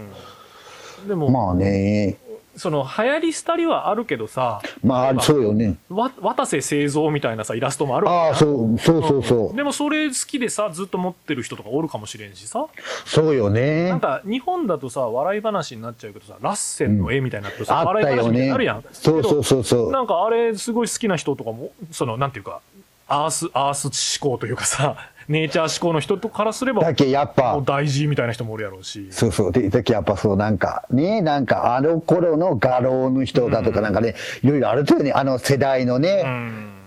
S6: でも、
S7: まあね、
S6: その、流行り廃りはあるけどさ、
S7: まあ、そうよね。
S6: わ渡瀬製造みたいなさイラストもあるわけ
S7: ああ、そう、そうそうそう。
S6: でもそれ好きでさずっと持ってる人とかおるかもしれんしさ
S7: そうよね
S6: なん。か日本だとさ笑い話になっちゃうけどさラッセンの絵みたいになってさ、
S7: あっ
S6: 笑い
S7: た
S6: 話
S7: よ
S6: みたいに
S7: ね
S6: なるやん、。
S7: そうそうそう
S6: けど
S7: そ
S6: な
S7: う。
S6: んかあれすごい好きな人とかもそのなんていうかアースアース思考というかさネイチャー思考の人とからすれば
S7: だけやっぱ
S6: もう、大事みたいな人もおるやろうし
S7: そうそう。で、だけやっぱそう、なんか、ね、なんか、あの頃の画廊の人だとか、なんかね、いろいろあるというね、あの世代のね、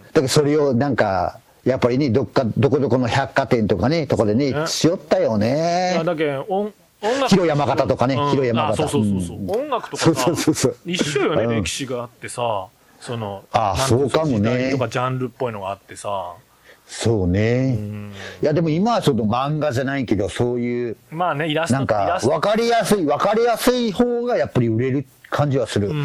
S7: だからそれをなんか、やっぱりね、どっか、どこどこの百貨店とかね、とかでね、
S6: ね
S7: しよったよ
S6: いや
S7: ね。
S6: だけん音音楽
S7: 広山形とかね広山形
S6: あそうそうそうそう、
S7: うん
S6: 音楽とか
S7: そ
S6: さ
S7: うそうそうそう。
S6: 一緒よね、
S7: うん
S6: 歴史があってさその
S7: あ
S6: なんていの
S7: そうかもね
S6: 時代とかジャンルっぽいのがあってさ
S7: そうね。
S6: ん
S7: いや、でも今はちょっと漫画じゃないけど、そういう、
S6: まあねイラスト
S7: なん
S6: イ
S7: か
S6: ラ、スト
S7: わかりやすい、わかりやすい方がやっぱり売れる感じはする。
S6: うん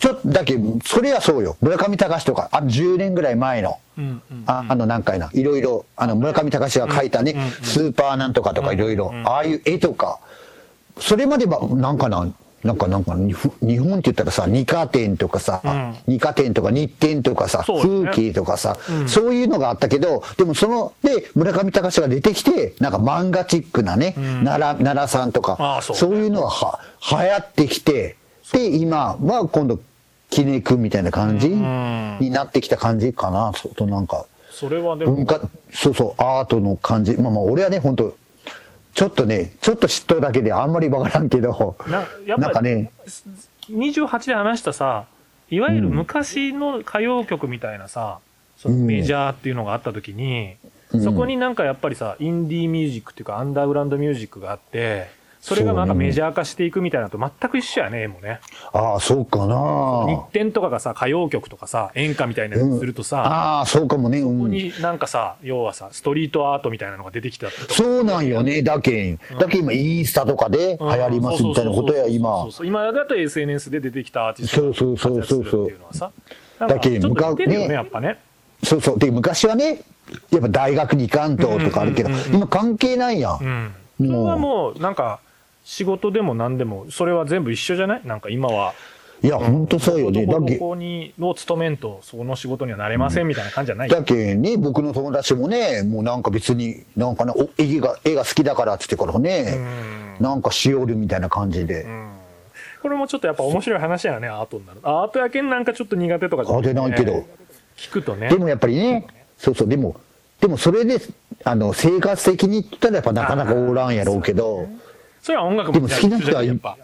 S7: ちょっと、だけど、それはそうよ。村上隆とか、あ、10年ぐらい前の。
S6: うんうん
S7: ああの何回な、いろいろ、あの村上隆が描いたね、スーパーなんとかとかいろいろ、ああいう絵とか、それまでは、なんかな、なんかなんか、にふ日本って言ったらさ、二課店とかさ、二課店とか日展とかさ、
S6: そうですね
S7: 風景とかさ、そういうのがあったけど、でもその、で、村上隆が出てきて、なんか漫画チックなね、奈良、奈良さんと
S6: あ
S7: か
S6: あ、そう
S7: そういうのがは流行ってきて、で、今は今度、キネ君みたいな感じになってきた感じかな、ちょっとなんか。
S6: それはでも
S7: 文化そうそうアートの感じまあまあ俺はね本当ちょっとねちょっと知っとるだけであんまりわからんけど
S6: なやっぱ
S7: なんかね
S6: 28で話したさいわゆる昔の歌謡曲みたいなさ、その
S7: うん
S6: メジャーっていうのがあった時に、そこになんかやっぱりさインディーミュージックっていうかアンダーグラウンドミュージックがあってそれがなんか
S7: そうね
S6: メジャー化していくみたいなのと全く一緒やね絵もね
S7: ああそうか
S6: 日
S7: な
S6: 展とかがさ歌謡曲とかさ演歌みたいなのにするとさ、
S7: ああそうかもね
S6: ここ
S7: うん
S6: になんかさ、要はさ、ストリートアートみたいなのが出てきたってこと
S7: そうなんよねだけんだけん今インスタとかで流行りますみたいなことや
S6: そ
S7: 今
S6: うそうそう今だと SNS で出てきたアーティストが
S7: そうそうそうそ
S6: 活
S7: う
S6: 躍するっていうのはさ、なんか
S7: だけ
S6: ちょっと似てるよ
S7: 向かうね
S6: ね、やっぱね。
S7: そうそうで昔はねやっぱ大学に行かんととかあるけど今関係ないや
S6: うんん。それはもう、なんか、仕事でも何でも、それは全部一緒じゃないなんか今は、
S7: いや本当そうよね
S6: ど
S7: だ
S6: こ
S7: け
S6: どこに、を勤めんと、その仕事にはなれませんみたいな感じじゃない、
S7: だけね、僕の友達もね、もうなんか別に、なんかね、お絵が絵が好きだからって言ってからね、なんかしおるみたいな感じで。
S6: これもちょっとやっぱ面白い話やね、アートになる。アートやけんなんかちょっと苦手とかじゃ
S7: あれないけど、。
S6: 聞くとね
S7: で。もやっぱりね、そうそう、でも、でもそれで、あの、生活的に言ったらやっぱなかなかおらんやろうけど、
S6: それは音楽
S7: でも好きな人は
S6: やっぱ。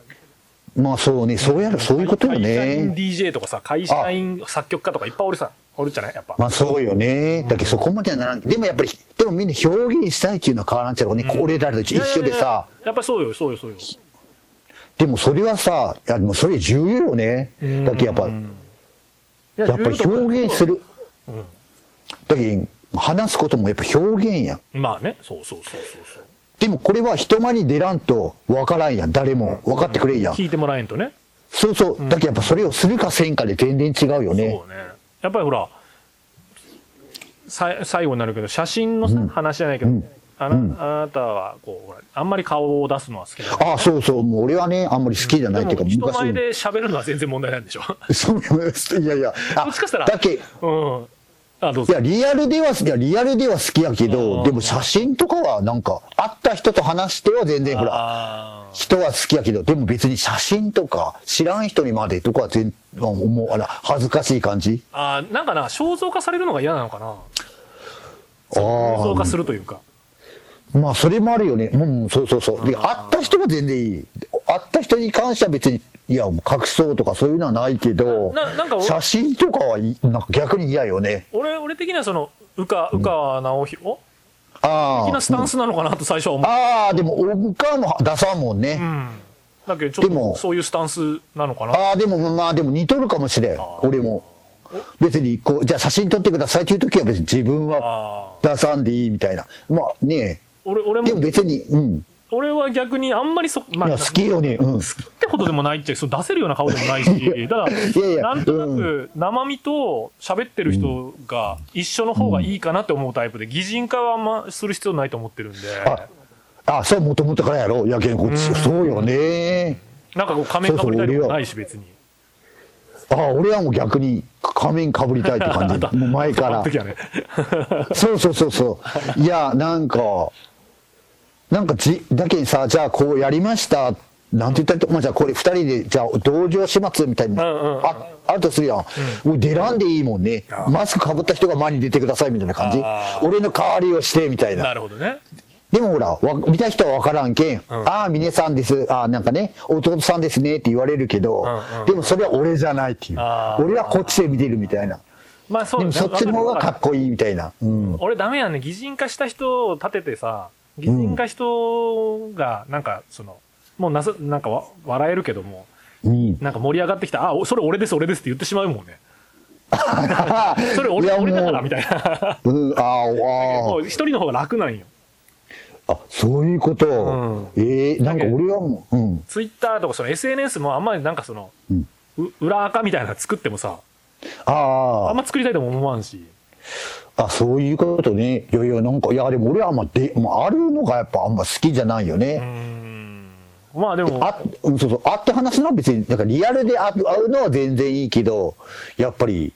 S7: まあそうね、そうやる、そういうことよ
S6: 会社員
S7: ね。
S6: DJ とかさ、会社員作曲家とかいっぱいおるさ、おるじゃないやっぱ。
S7: まあそうよね。だけどそこまではならん。でもやっぱり、でもみんな表現したいっていうのは変わらんちゃうね。こう俺らと一緒
S6: い
S7: で
S6: やいやい
S7: さ
S6: や。。やっぱそうよ、そうよ、そうよ。
S7: でもそれはさ、いやでもそれ重要よね。だけどやっぱ、やっぱり表現する。だけど話すこともやっぱ表現やん。
S6: まあね、そうそうそうそうそう。
S7: でもこれは人前に出らんと分からんやん。誰も分かってくれんやん。
S6: 聞いてもらえんとね。
S7: そうそう。だけどやっぱそれをするかせんかで全然違うよね
S6: そ。うね。やっぱりほら、さ最後になるけど、写真のさ、話じゃないけど、あなあなたはこうほら、あんまり顔を出すのは好きじゃない
S7: ああ、そうそう。もう俺はね、あんまり好きじゃないってい
S6: で
S7: うか、
S6: も人
S7: 昔
S6: 前で喋るのは全然問題ないんでしょ。
S7: [laughs] そう、いやいや。あ
S6: どっちかしたら
S7: だけ、い
S6: うん。あ、どうぞ。
S7: や、リアルでは、いや、リアルでは好きやけ
S6: うん
S7: ど、でも写真とかはなんか、会った人と話しては全然ほら、
S6: あー
S7: 人は好きやけど、でも別に写真とか、知らん人にまでとかは全、あもう、あら、恥ずかしい感じ
S6: あー、なんかな、肖像化されるのが嫌なのかな。
S7: あ
S6: 肖像化
S7: あ。
S6: するというか。
S7: まあ、それもあるよね。うん、そうそうそう。で、会った人は全然いい。会った人に関しては別に、いや、もう隠そうとかそういうのはないけど
S6: ななんか、俺
S7: 写真とかはいい、なんか逆に嫌よね。
S6: 俺、俺的にはその、うか、うか直弘
S7: ああ。
S6: 的なスタンスなのかなと最初は思う。
S7: ああ、でも、オブカーも出さんもんね。
S6: うん。だけど、ちょっ
S7: でも
S6: とそういうスタンスなのかな。
S7: ああ、でも、まあ、でも似とるかもしれん。俺も。別に、こう、じゃあ写真撮ってくださいっていう時は別に自分は
S6: あー
S7: 出さんでいいみたいな。まあね
S6: 俺俺
S7: え。でも
S6: も
S7: 別に、うん。
S6: 俺は逆にあんまりそ、ま
S7: い
S6: あ、
S7: や、好きよね。うん。
S6: ってことでもないっちゃその出せるような顔でもないしだから
S7: やいや
S6: なんとなく生身と喋ってる人が一緒の方がいいかなって思うタイプで擬人化はあんまする必要ないと思ってるんで
S7: あ、あそう、もともとからやろ。いやけん、こっち、そうよね。
S6: なんかこう仮面かぶりたいとかないし別に
S7: ああ、俺はもう逆に仮面かぶりたいって
S6: [laughs]
S7: 感
S6: あんた
S7: じ。もう前か
S6: あの
S7: ら。
S6: 時はね
S7: そうそうそうそう。いや、なんか、なんかじ、だけにさ、じゃあこうやりました。なんて言ったらいいと、まあ、じゃあこれ二人で、じゃあ同情しますみたいな、
S6: うんうんうん
S7: ああるとするやん。もう出らんでいいもんね。マスクかぶった人が前に出てくださいみたいな感じ
S6: あ。
S7: 俺の代わりをしてみたいな。
S6: なるほどね
S7: でもほら、わ見た人は分からんけん、ああ、峰さんです、ああ、なんかね、弟さんですねって言われるけど、
S6: んうん
S7: でもそれは俺じゃないっていう。
S6: あー
S7: 俺はこっちで見てるみたいな。
S6: まあそう
S7: で
S6: だ
S7: も
S6: ね
S7: そっちの方がかっこいいみたいな。うん。
S6: 俺ダメやね擬人化した人を立ててさ擬人化人がなんかそのもうなさなんかわ笑えるけども
S7: うん
S6: なんか盛り上がってきたあおそれ俺です俺ですって言ってしまうもんね [laughs] それ
S7: い
S6: 俺
S7: やもう
S6: 俺だからみたいな
S7: [laughs] うん、ああ、
S6: も
S7: あ
S6: う一人の方が楽なんよ
S7: あ、あ、そういうこと。ええなんか俺はもう、うん。
S6: ツイッターとかその SNS もあんまりなんかその、
S7: うん
S6: う裏垢みたいなの作ってもさあ
S7: あ
S6: んま作りたいとも思わんし
S7: あ、あ、そういうことね。いやいや、なんか、いや、でも俺はあんまで、まあ、あるのがやっぱあんま好きじゃないよ
S6: うー
S7: ね。
S6: んまあでも
S7: あ、うん、そうそう、会って話すのは別に、なんかリアルで会う会うのは全然いいけど、やっぱり、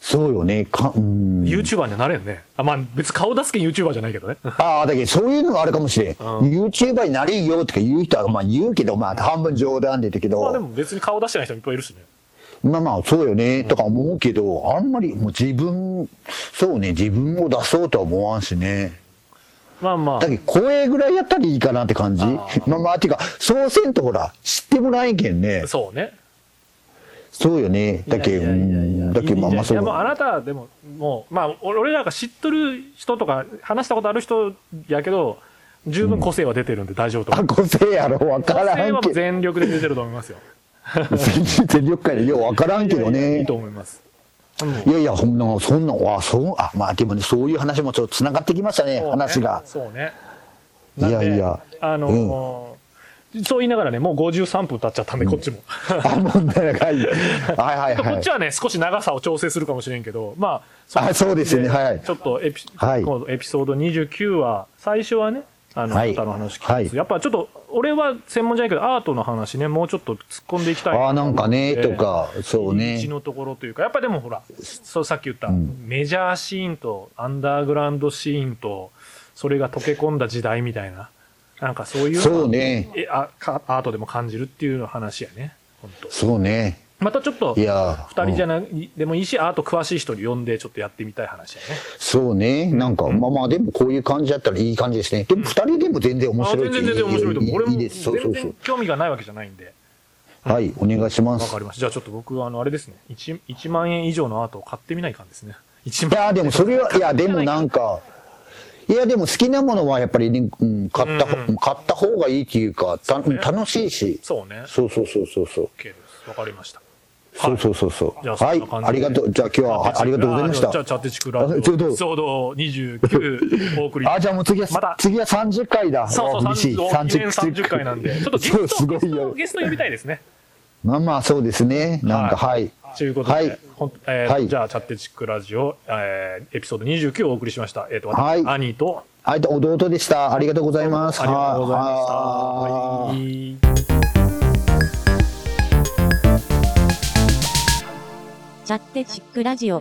S7: そうよね。か、うん。
S6: YouTuber にはなれんねあまあ別に顔出すけん YouTuber じゃないけどね
S7: ああ、だけどそういうのもあるかもしれん。YouTuber になれよとか言う人は、まあ言うけど、まあ半分冗談でだけど。
S6: まあでも別に顔出してない人もいっぱいいるしね
S7: まあまあ、そうよね、とか思うけど、あんまりもう自分、そうね、自分を出そうとは思わんしね。
S6: まあまあ
S7: だけど、声ぐらいやったらいいかなって感じ。まあまあ、ていうか、そうせんとほら、知ってもらえんけんね。
S6: そうね
S7: そうよね。だけ
S6: い
S7: ど、う
S6: やいやいやいや
S7: んだけど、まあまあ、
S6: い
S7: そ
S6: や
S7: う。
S6: もうあ
S7: あ
S6: なたはでももうまあ俺俺らが知っとる人とか話したことある人やけど十分個性は出てるんで大丈夫と思う、
S7: 個性やろ、わか
S6: 個性
S7: ら
S6: はも
S7: ん
S6: う
S7: けど。
S6: 全力で出てると思いますよ
S7: 全力会で、ようわからんけど
S6: い
S7: ね
S6: いと。思います
S7: いやいや、そんな、そんな、あ、そう、あ、まあでもね、そういう話もちょっと繋がってきましたね、話が。
S6: そうね
S7: いやいや。
S6: あのーそう言いながらねもう53分経っちゃったんでこっちも、
S7: あ、もう長い。はいはい
S6: こ
S7: は
S6: っ
S7: い
S6: ち。はね少し長さを調整するかもしれんけどまあ
S7: あそうですねはい
S6: ちょっとエピ,、
S7: はい
S6: 今度エピソード29は最初はねあの、
S7: は
S6: あ
S7: い
S6: なたの話聞き
S7: は
S6: ま
S7: い
S6: す、やっぱちょっと俺は専門じゃないけどアートの話ねもうちょっと突っ込んでいきたい
S7: ああ、なんかね、
S6: と思
S7: と
S6: って
S7: か、そう
S6: 入り口
S7: ね。
S6: のところというかやっぱでもほらそうさっき言った、メジャーシーンとアンダーグラウンドシーンとそれが溶け込んだ時代みたいななんかそういうのが
S7: そうね。
S6: えあかアートでも感じるっていう話やね本当
S7: そうね。
S6: またちょっと、
S7: い
S6: 二
S7: やー
S6: 人じゃな、いでもいいし、アート詳しい人に呼んで、ちょっとやってみたい話やね。
S7: そうね。なんか、まあまあ、でもこういう感じだったらいい感じですね。でも、二人でも全然面
S6: あ
S7: 白い
S6: 全然全然面白いと思う。俺も
S7: いい
S6: 全
S7: です。そうそうそ
S6: 然
S7: う。
S6: 興味がないわけじゃないんで。
S7: はい、お願いしま
S6: わ
S7: す
S6: か。りました。じゃあちょっと僕、あの、あれですね。1、一万円以上のアートを買ってみないかんですね。1
S7: い
S6: 万
S7: や、でもそれは、いや、でもなんか、いや、でも好きなものはやっぱりね、うん、買ったほ、
S6: うんうん
S7: 買った方がいいっていうか、た楽しいし。
S6: そうね。
S7: そうそうそうそうそう。
S6: OK です。わかりました。
S7: そうそうそうそ
S6: じゃあ
S7: う。
S6: そ
S7: は
S6: ん
S7: い
S6: な感じで、
S7: ありがとう。じゃあ今日はあありがとうございまし
S6: あじゃ
S7: た
S6: あ、。チャテチクラジオ、エ
S7: あちょっと
S6: ピソード29、お送り。
S7: あ、じゃあもう次は、
S6: また
S7: 次は30回だ。
S6: そうそう、
S7: 嬉しい。
S6: 30記念30回なんで、ちょっとゲスト、
S7: そうすご
S6: ゲ
S7: い
S6: スト
S7: よ。
S6: ゲスト呼びたいですね。
S7: まあまあ、そうですね。なんか、はい。
S6: ということで、
S7: はい
S6: ほんえー
S7: はい
S6: じゃあ、チャッテチックラジオ、えーエピソード29をお送りしました。えっ、と、私、
S7: はい
S6: 兄と、
S7: はい、弟でした。ありがとうございます。
S6: ありがとうございました。
S7: は
S6: はいい
S5: チャッテチックラジオ。